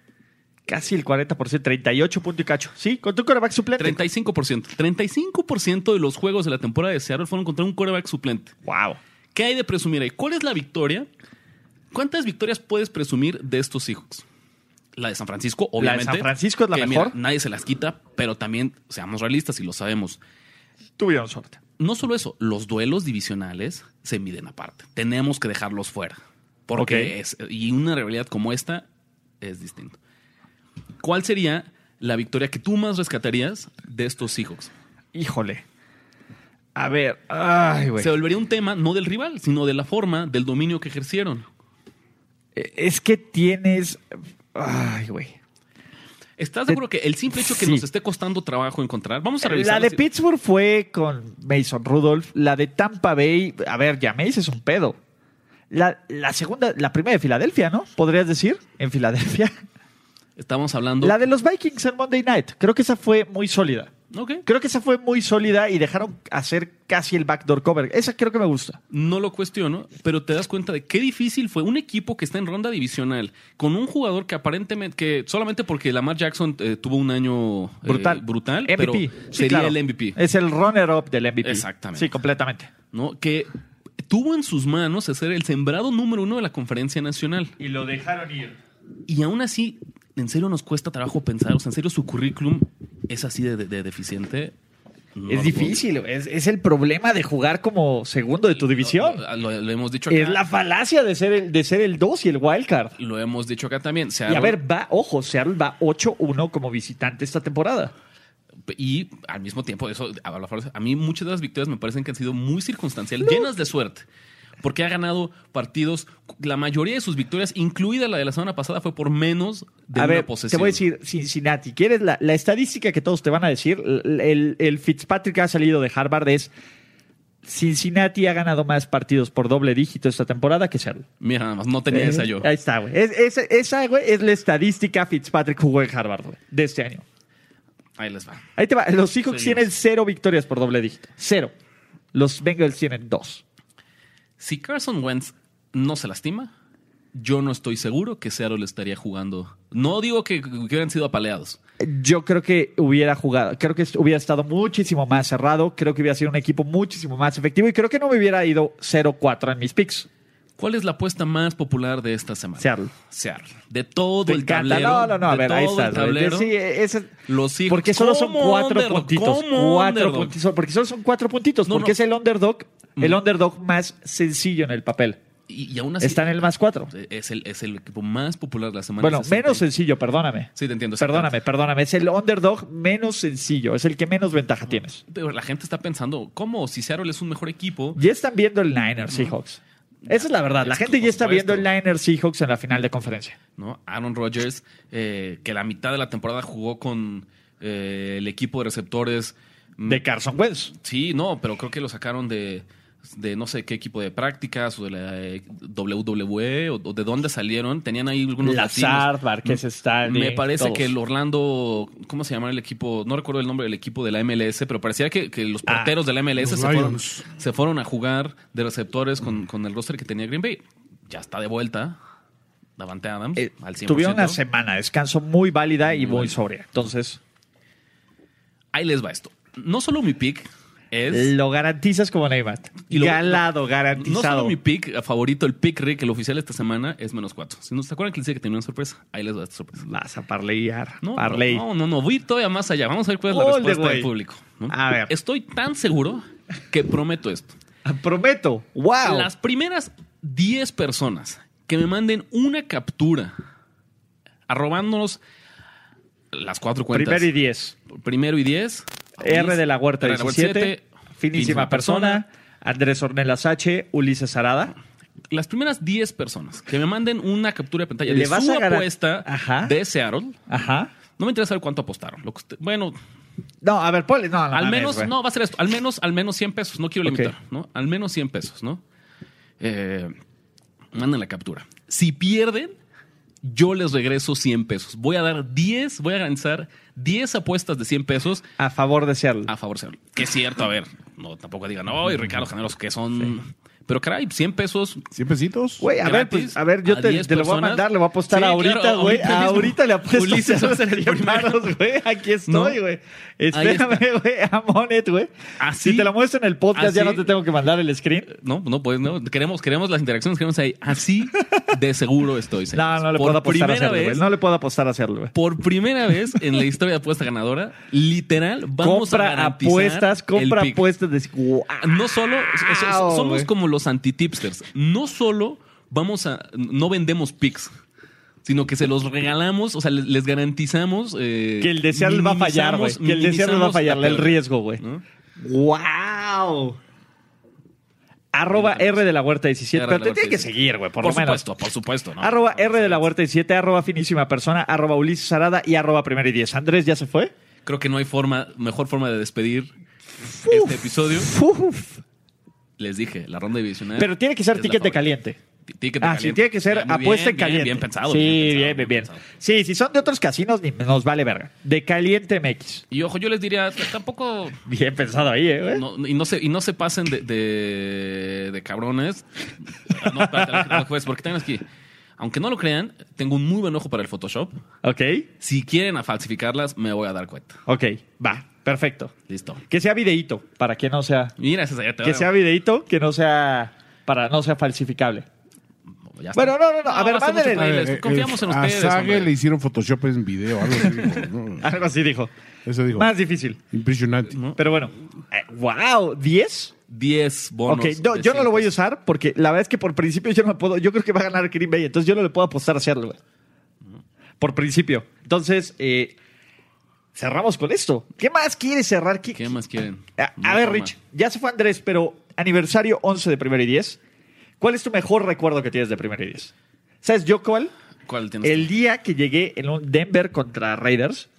Speaker 2: Casi el 40%, 38 punto y cacho. Sí, con tu coreback suplente.
Speaker 1: 35%. 35% de los juegos de la temporada de Seattle fueron contra un coreback suplente.
Speaker 2: Wow.
Speaker 1: ¿Qué hay de presumir ahí? ¿Cuál es la victoria? ¿Cuántas victorias puedes presumir de estos Seahawks? La de San Francisco,
Speaker 2: La de
Speaker 1: obviamente.
Speaker 2: San Francisco es la
Speaker 1: que, mira,
Speaker 2: mejor.
Speaker 1: nadie se las quita, pero también seamos realistas y lo sabemos.
Speaker 2: Tuvieron suerte.
Speaker 1: no solo eso, los duelos divisionales se miden aparte. Tenemos que dejarlos fuera. Porque
Speaker 2: Ok.
Speaker 1: es, y una realidad como esta es distinto. ¿Cuál sería la victoria que tú más rescatarías de estos Seahawks?
Speaker 2: Híjole. A ver. Ay, güey.
Speaker 1: Se volvería un tema no del rival, sino de la forma, del
Speaker 2: E,
Speaker 1: dominio que ejercieron.
Speaker 2: Es que tienes. Ay, güey.
Speaker 1: ¿Estás seguro que el simple hecho que
Speaker 2: Eh, Sí. Eh,
Speaker 1: nos esté costando trabajo encontrar? Vamos a revisar.
Speaker 2: La de
Speaker 1: si-
Speaker 2: Pittsburgh fue con Mason Rudolph. La de Tampa Bay, a ver, Jameis es un pedo. La, la segunda, la primera de Filadelfia, ¿no? Podrías decir, en Filadelfia.
Speaker 1: Estamos hablando.
Speaker 2: La de los Vikings en Monday Night. Creo que esa fue muy sólida.
Speaker 1: Ok.
Speaker 2: Creo que esa fue muy sólida y dejaron hacer casi el backdoor cover. Esa creo que me gusta.
Speaker 1: No lo cuestiono, pero te das cuenta de qué difícil fue un equipo que está en ronda divisional con un jugador que aparentemente, que solamente porque Lamar Jackson eh, tuvo un año eh,
Speaker 2: Brutal.
Speaker 1: brutal,
Speaker 2: MVP.
Speaker 1: pero
Speaker 2: Sí,
Speaker 1: sería
Speaker 2: claro.
Speaker 1: el MVP,
Speaker 2: Es el runner-up del MVP.
Speaker 1: Exactamente.
Speaker 2: Sí, completamente.
Speaker 1: ¿no? Que tuvo en sus manos hacer el sembrado número uno de la conferencia nacional.
Speaker 2: Y lo dejaron ir.
Speaker 1: Y aún así, en serio nos cuesta trabajo pensar, o sea, en serio su currículum es así de, de- de deficiente. No lo
Speaker 2: Es
Speaker 1: puedo-
Speaker 2: difícil. güey. Es, es el problema de jugar como segundo de tu división.
Speaker 1: Lo, lo- lo hemos dicho acá.
Speaker 2: Es la falacia de ser el, de ser el 2 y el wildcard.
Speaker 1: Lo hemos dicho acá también.
Speaker 2: Y
Speaker 1: Seattle-
Speaker 2: a ver, va, ojo, Seattle va 8-1 como visitante esta temporada.
Speaker 1: Y al mismo tiempo, eso, a la fuerza, a mí muchas de las victorias me parecen que han sido muy circunstanciales, llenas de suerte. Porque ha ganado partidos, la mayoría de sus victorias, incluida la de la semana pasada, fue por menos de
Speaker 2: a
Speaker 1: una
Speaker 2: ver,
Speaker 1: posesión.
Speaker 2: te voy a decir, Cincinnati, ¿quieres la, la estadística que todos te van a decir? El, el- el Fitzpatrick que ha salido de Harvard es Cincinnati ha ganado más partidos por doble dígito esta temporada que Seattle.
Speaker 1: Mira, nada más, no tenía esa yo.
Speaker 2: Eh, Ahí está, güey. Es- es- esa, güey, es la estadística Fitzpatrick jugó en Harvard, güey, de este año.
Speaker 1: Ahí les va.
Speaker 2: Ahí te va. Los Seahawks
Speaker 1: Señor.
Speaker 2: tienen cero victorias por doble dígito. Cero. Los Bengals tienen dos.
Speaker 1: Si Carson Wentz no se lastima, yo no estoy seguro que Seattle estaría jugando. No digo que, que hubieran sido apaleados.
Speaker 2: Yo creo que hubiera jugado, creo que hubiera estado muchísimo más cerrado, creo que hubiera sido un equipo muchísimo más efectivo y creo que no me hubiera ido 0-4 en mis picks.
Speaker 1: ¿Cuál es la apuesta más popular de esta semana?
Speaker 2: Seattle.
Speaker 1: Seattle. De todo
Speaker 2: Te
Speaker 1: el
Speaker 2: encanta.
Speaker 1: tablero.
Speaker 2: no, no, no, a
Speaker 1: de
Speaker 2: ver, ahí
Speaker 1: todo el
Speaker 2: está.
Speaker 1: tablero.
Speaker 2: Sí, ese-
Speaker 1: Los Seahawks.
Speaker 2: porque solo son
Speaker 1: ¿Cómo
Speaker 2: cuatro
Speaker 1: underdog?
Speaker 2: puntitos.
Speaker 1: ¿Cómo
Speaker 2: Cuatro
Speaker 1: underdog?
Speaker 2: puntitos. Porque solo son cuatro puntitos.
Speaker 1: No,
Speaker 2: porque
Speaker 1: no. Mm.
Speaker 2: es el underdog, el underdog más sencillo en el papel.
Speaker 1: Y, y aún así.
Speaker 2: Está en el más cuatro.
Speaker 1: Es el, es el equipo más popular de la semana.
Speaker 2: Bueno,
Speaker 1: 60.
Speaker 2: menos sencillo, perdóname.
Speaker 1: Sí, te entiendo.
Speaker 2: Perdóname, perdóname. Es el underdog menos sencillo. Es el que menos ventaja tienes.
Speaker 1: Pero la gente está pensando, ¿cómo? Si Seattle es un mejor equipo.
Speaker 2: Ya están viendo el Niners Seahawks. Esa es la verdad. La
Speaker 1: Es que,
Speaker 2: gente ya
Speaker 1: por
Speaker 2: está viendo el
Speaker 1: supuesto.
Speaker 2: Niners Seahawks en la final de conferencia.
Speaker 1: ¿no? Aaron Rodgers, eh, que la mitad de la temporada jugó con eh, el equipo de receptores. mm,
Speaker 2: De Carson Wentz.
Speaker 1: Sí, no, pero creo que lo sacaron de, de no sé qué equipo de prácticas o de la eh, WWE o, o de dónde salieron. Tenían ahí algunos latinos.
Speaker 2: Lazard, Márquez,
Speaker 1: Mm,
Speaker 2: Stanley.
Speaker 1: Me parece
Speaker 2: todos.
Speaker 1: que el Orlando, ¿cómo se llama el equipo? No recuerdo el nombre del equipo de la MLS, pero parecía que, que los
Speaker 2: Ah,
Speaker 1: porteros de la MLS
Speaker 3: los
Speaker 1: se fueron,
Speaker 3: Lions.
Speaker 1: se fueron a jugar de receptores con, con el roster que tenía Green Bay. Ya está de vuelta. Davante Adams,
Speaker 2: Eh,
Speaker 1: al 100%.
Speaker 2: tuvieron una semana de descanso muy válida y
Speaker 1: Muy
Speaker 2: muy
Speaker 1: válida.
Speaker 2: sobria. Entonces,
Speaker 1: Ahí les va esto. No solo mi pick es...
Speaker 2: lo garantizas como Neymar.
Speaker 1: Y lo-
Speaker 2: Galado,
Speaker 1: No
Speaker 2: garantizado.
Speaker 1: solo mi pick favorito, el pick Rick, el oficial esta semana, es menos cuatro. Si no se acuerdan que les dije que tenía una sorpresa, ahí les va esta sorpresa.
Speaker 2: Vas a parlear.
Speaker 1: No,
Speaker 2: Parley.
Speaker 1: no, no, no, voy todavía más allá. Vamos a ver cuál es la
Speaker 2: All the
Speaker 1: respuesta
Speaker 2: way.
Speaker 1: del público. ¿no?
Speaker 2: A ver.
Speaker 1: Estoy tan seguro que prometo esto.
Speaker 2: Prometo. ¡Wow!
Speaker 1: Las primeras 10 personas que me manden una captura arrobándonos las cuatro cuentas.
Speaker 2: Primero y diez.
Speaker 1: Primero y 10.
Speaker 2: R de la Huerta
Speaker 1: R de la
Speaker 2: 17.
Speaker 1: siete,
Speaker 2: Finísima persona. Andrés Ornelas H. Ulises Arada.
Speaker 1: Las primeras 10 personas que me manden una captura de pantalla
Speaker 2: ¿Le
Speaker 1: de
Speaker 2: vas
Speaker 1: su
Speaker 2: a ganar?
Speaker 1: apuesta
Speaker 2: Ajá.
Speaker 1: de Seattle.
Speaker 2: Ajá.
Speaker 1: No me interesa saber cuánto apostaron. Lo que usted- bueno,
Speaker 2: No, a ver, ponle. No, no
Speaker 1: al
Speaker 2: mames,
Speaker 1: menos,
Speaker 2: güey.
Speaker 1: no, va a ser esto. Al menos, al menos 100 pesos. No quiero
Speaker 2: Ok.
Speaker 1: limitar, ¿no? Al menos 100 pesos, ¿no? Eh, manden la captura. Si pierden, yo les regreso 100 pesos. Voy a dar 10, voy a lanzar 10 apuestas de 100 pesos
Speaker 2: A favor de Seattle.
Speaker 1: a favor, señor. Que es cierto, a ver, no, tampoco digan, no, y Ricardo Canelos, que son... Pero caray, 100 pesos
Speaker 3: ¿Cien pesitos?
Speaker 2: Güey, a ver,
Speaker 1: gratis
Speaker 2: pues, a ver, yo te,
Speaker 1: 10
Speaker 2: te lo voy a
Speaker 1: personas.
Speaker 2: mandar, le voy a apostar
Speaker 1: Sí,
Speaker 2: ahorita,
Speaker 1: claro,
Speaker 2: güey.
Speaker 1: ahorita mismo.
Speaker 2: ahorita le apuesto.
Speaker 1: Ulises va a ser el
Speaker 2: 10
Speaker 1: primero.
Speaker 2: varos, güey. Aquí estoy,
Speaker 1: ¿No?
Speaker 2: güey.
Speaker 1: Ahí está.
Speaker 2: Espérame, güey. I'm on it, güey.
Speaker 1: Así-
Speaker 2: Si te lo muestro en el podcast, ya
Speaker 1: así-
Speaker 2: no te tengo que mandar el screen.
Speaker 1: No, no, pues no. Queremos, queremos las interacciones, queremos ahí. Así de seguro estoy.
Speaker 2: No,
Speaker 1: señores.
Speaker 2: no le
Speaker 1: por
Speaker 2: puedo apostar a
Speaker 1: primera
Speaker 2: hacerlo, güey.
Speaker 1: vez,
Speaker 2: No le puedo apostar a hacerlo, güey.
Speaker 1: Por primera vez en la historia de apuesta ganadora, literal, vamos a
Speaker 2: Compra
Speaker 1: garantizar
Speaker 2: apuestas,
Speaker 1: el
Speaker 2: compra
Speaker 1: pick.
Speaker 2: apuestas. Ah, De... Guau.
Speaker 1: No solo, o sea,
Speaker 2: Wow,
Speaker 1: somos
Speaker 2: güey.
Speaker 1: como los anti-tipsters. No solo vamos a, no vendemos picks, sino que se los regalamos, o sea, les, les garantizamos. eh,
Speaker 2: Que el deseo les va a fallar, güey.
Speaker 1: minimizamos-
Speaker 2: Que el deseo les va a
Speaker 1: minimizamos
Speaker 2: fallar,
Speaker 1: la
Speaker 2: el
Speaker 1: pérdida,
Speaker 2: riesgo, güey.
Speaker 1: ¿no?
Speaker 2: ¡Wow! Arroba
Speaker 1: Ahorita
Speaker 2: R de la Huerta 17.
Speaker 1: R de
Speaker 2: Pero
Speaker 1: la
Speaker 2: te
Speaker 1: Huerta
Speaker 2: tiene que
Speaker 1: 17.
Speaker 2: seguir, güey, por,
Speaker 1: Por,
Speaker 2: lo menos.
Speaker 1: supuesto, por supuesto. ¿no?
Speaker 2: Arroba R de la Huerta 17, arroba finísima persona, arroba Ulises Arada y arroba primera y 10. Andrés, ¿ya se fue?
Speaker 1: Creo que no hay forma, mejor forma de despedir este episodio.
Speaker 2: Uf.
Speaker 1: Les dije, la ronda divisional.
Speaker 2: Pero tiene que ser
Speaker 1: es la
Speaker 2: ticket de
Speaker 1: favorita.
Speaker 2: caliente.
Speaker 1: T- Ticket de
Speaker 2: Ah,
Speaker 1: caliente.
Speaker 2: sí, tiene que ser
Speaker 1: Ya, muy bien,
Speaker 2: apuesta en
Speaker 1: bien,
Speaker 2: caliente.
Speaker 1: Bien pensado.
Speaker 2: Sí, bien,
Speaker 1: pensado,
Speaker 2: bien, bien.
Speaker 1: pensado.
Speaker 2: Sí, si son de otros casinos, ni- nos vale verga. De caliente MX.
Speaker 1: Y ojo, yo les diría, t- tampoco.
Speaker 2: Bien pensado ahí, ¿eh? güey?
Speaker 1: no- no- y, no se, y no se pasen de, de, de cabrones. No, espérate, la- la- pues, porque tengan aquí. Aunque no lo crean, tengo un muy buen ojo para el Photoshop.
Speaker 2: Ok,
Speaker 1: Si quieren a falsificarlas, me voy a dar cuenta.
Speaker 2: ok, va, perfecto.
Speaker 1: Listo.
Speaker 2: Que sea videíto, para que no sea...
Speaker 1: Mira, esa ya te
Speaker 2: Que sea videíto, que no sea... Para no sea falsificable.
Speaker 1: Ya está.
Speaker 2: Bueno, no, no, no, a ver,
Speaker 1: basta mucho
Speaker 2: mándenle-
Speaker 1: para ellos.
Speaker 3: Eh, eh,
Speaker 1: pues, Confiamos en
Speaker 3: a
Speaker 1: ustedes.
Speaker 3: Sage
Speaker 1: hombre.
Speaker 3: le hicieron Photoshop en video, algo así. dijo,
Speaker 1: Mm.
Speaker 3: ¿no?
Speaker 2: Algo así dijo.
Speaker 3: Eso dijo.
Speaker 2: Más difícil.
Speaker 3: Impresionante.
Speaker 2: Pero bueno. Eh, wow, ¿10?
Speaker 1: 10 bonos.
Speaker 2: Ok, no,
Speaker 1: de
Speaker 2: yo no lo voy a
Speaker 1: cinco.
Speaker 2: usar porque la verdad es que por principio yo no puedo. Yo creo que va a ganar Green Bay, entonces yo no le puedo apostar a hacerlo. güey. Por principio. Entonces, eh, cerramos con esto. ¿Qué más quieres cerrar, Kik?
Speaker 1: ¿Qué más quieren?
Speaker 2: A,
Speaker 1: No
Speaker 2: a
Speaker 1: hay
Speaker 2: ver,
Speaker 1: forma.
Speaker 2: Rich, ya se fue Andrés, pero aniversario 11 de primero y 10. ¿Cuál es tu mejor recuerdo que tienes de primero y 10? ¿Sabes yo cuál?
Speaker 1: ¿Cuál tienes?
Speaker 2: El día que llegué en un Denver contra Raiders,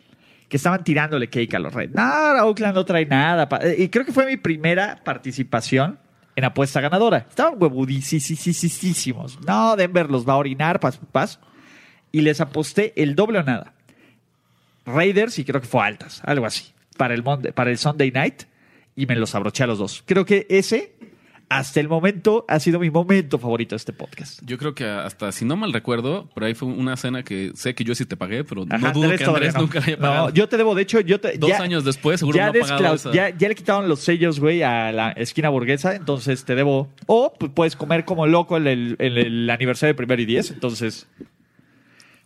Speaker 2: que estaban tirándole cake a los Raiders. No, ahora Oakland no trae nada. pa- eh, Y creo que fue mi primera participación en apuesta ganadora. Estaban huevudicísimos. No, Denver los va a orinar, pas, pas. Y les aposté el doble o nada. Raiders y creo que fue altas, algo así, para el, Monday- para el Sunday night. Y me los abroché a los dos. Creo que ese, hasta el momento, ha sido mi momento favorito de este podcast.
Speaker 1: Yo creo que hasta, si no mal recuerdo, por ahí fue una cena que sé que yo sí te pagué, pero
Speaker 2: Ajá,
Speaker 1: no dudo
Speaker 2: Andrés
Speaker 1: que
Speaker 2: todavía
Speaker 1: Andrés
Speaker 2: no.
Speaker 1: nunca la haya
Speaker 2: No,
Speaker 1: pagado.
Speaker 2: yo te debo, de hecho, yo te,
Speaker 1: Dos años después, seguro no
Speaker 2: ya,
Speaker 1: ha pagado
Speaker 2: desclaus-
Speaker 1: esa.
Speaker 2: ya, ya le quitaron los sellos, güey, a la esquina burguesa, entonces te debo. O pues, puedes comer como loco en el, en el aniversario de primero y diez, entonces.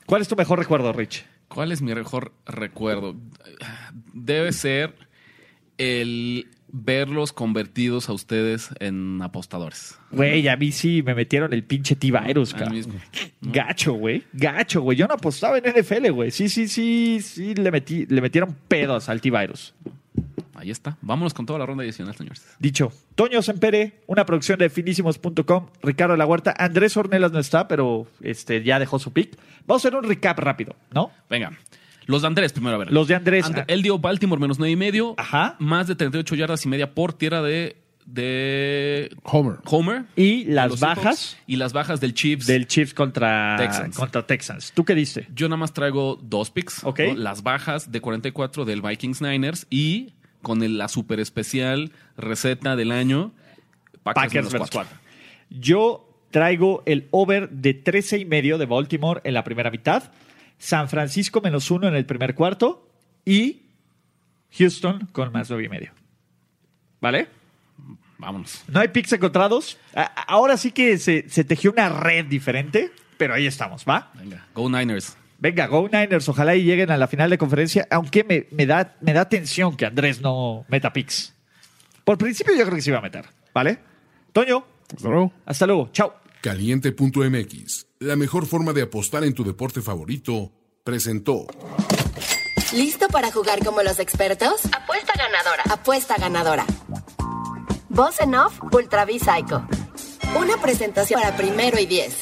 Speaker 2: ¿Cuál es tu mejor recuerdo, Rich?
Speaker 1: ¿Cuál es mi mejor recuerdo? Debe ser el verlos convertidos a ustedes en apostadores.
Speaker 2: Güey, a mí sí me metieron el pinche T-Virus,
Speaker 1: Al
Speaker 2: cara.
Speaker 1: mismo.
Speaker 2: Gacho, güey. Gacho, güey. Yo no apostaba en NFL, güey. Sí, sí, sí, sí, le, metí, le metieron pedos al T-Virus.
Speaker 1: Ahí está. Vámonos con toda la ronda adicional, señores.
Speaker 2: Dicho. Toño Sempere, una producción de finísimos.com, Ricardo La Huerta, Andrés Ornelas no está, pero este ya dejó su pick. Vamos a hacer un recap rápido, ¿no?
Speaker 1: Venga. Los de Andrés primero, a ver.
Speaker 2: Los de Andrés.
Speaker 1: And- él dio Baltimore menos nueve y medio.
Speaker 2: Ajá.
Speaker 1: Más de 38 yardas y media por tierra de, de
Speaker 3: Homer.
Speaker 1: Homer.
Speaker 2: Y
Speaker 1: de
Speaker 2: las
Speaker 1: los
Speaker 2: bajas
Speaker 1: Seahawks Y las bajas del Chiefs.
Speaker 2: del Chiefs contra
Speaker 1: Texans.
Speaker 2: contra Texans. ¿Tú qué diste?
Speaker 1: Yo nada más traigo dos picks.
Speaker 2: Ok.
Speaker 1: ¿no? Las bajas de 44 del Vikings Niners y con el- la super especial receta del año, Packers,
Speaker 2: Packers
Speaker 1: menos
Speaker 2: versus
Speaker 1: cuatro.
Speaker 2: cuatro. Yo traigo el over de 13 y medio de Baltimore en la primera mitad, San Francisco menos uno en el primer cuarto y Houston con más nueve y medio. ¿Vale?
Speaker 1: Vámonos.
Speaker 2: No hay picks encontrados. A- a- ahora sí que se, se tejió una red diferente, pero ahí estamos, ¿va?
Speaker 1: Venga. Go Niners.
Speaker 2: Venga, Go Niners, ojalá y lleguen a la final de conferencia, aunque me, me da, me da tensión que Andrés no meta picks. Por principio yo creo que se iba a meter, ¿vale? Toño,
Speaker 3: Hasta luego.
Speaker 2: hasta luego, chao.
Speaker 6: Caliente.mx, la mejor forma de apostar en tu deporte favorito, presentó.
Speaker 7: ¿Listo para jugar como los expertos? Apuesta ganadora. Apuesta ganadora. Voz en off, Ultra B Psycho. Una presentación para primero y diez.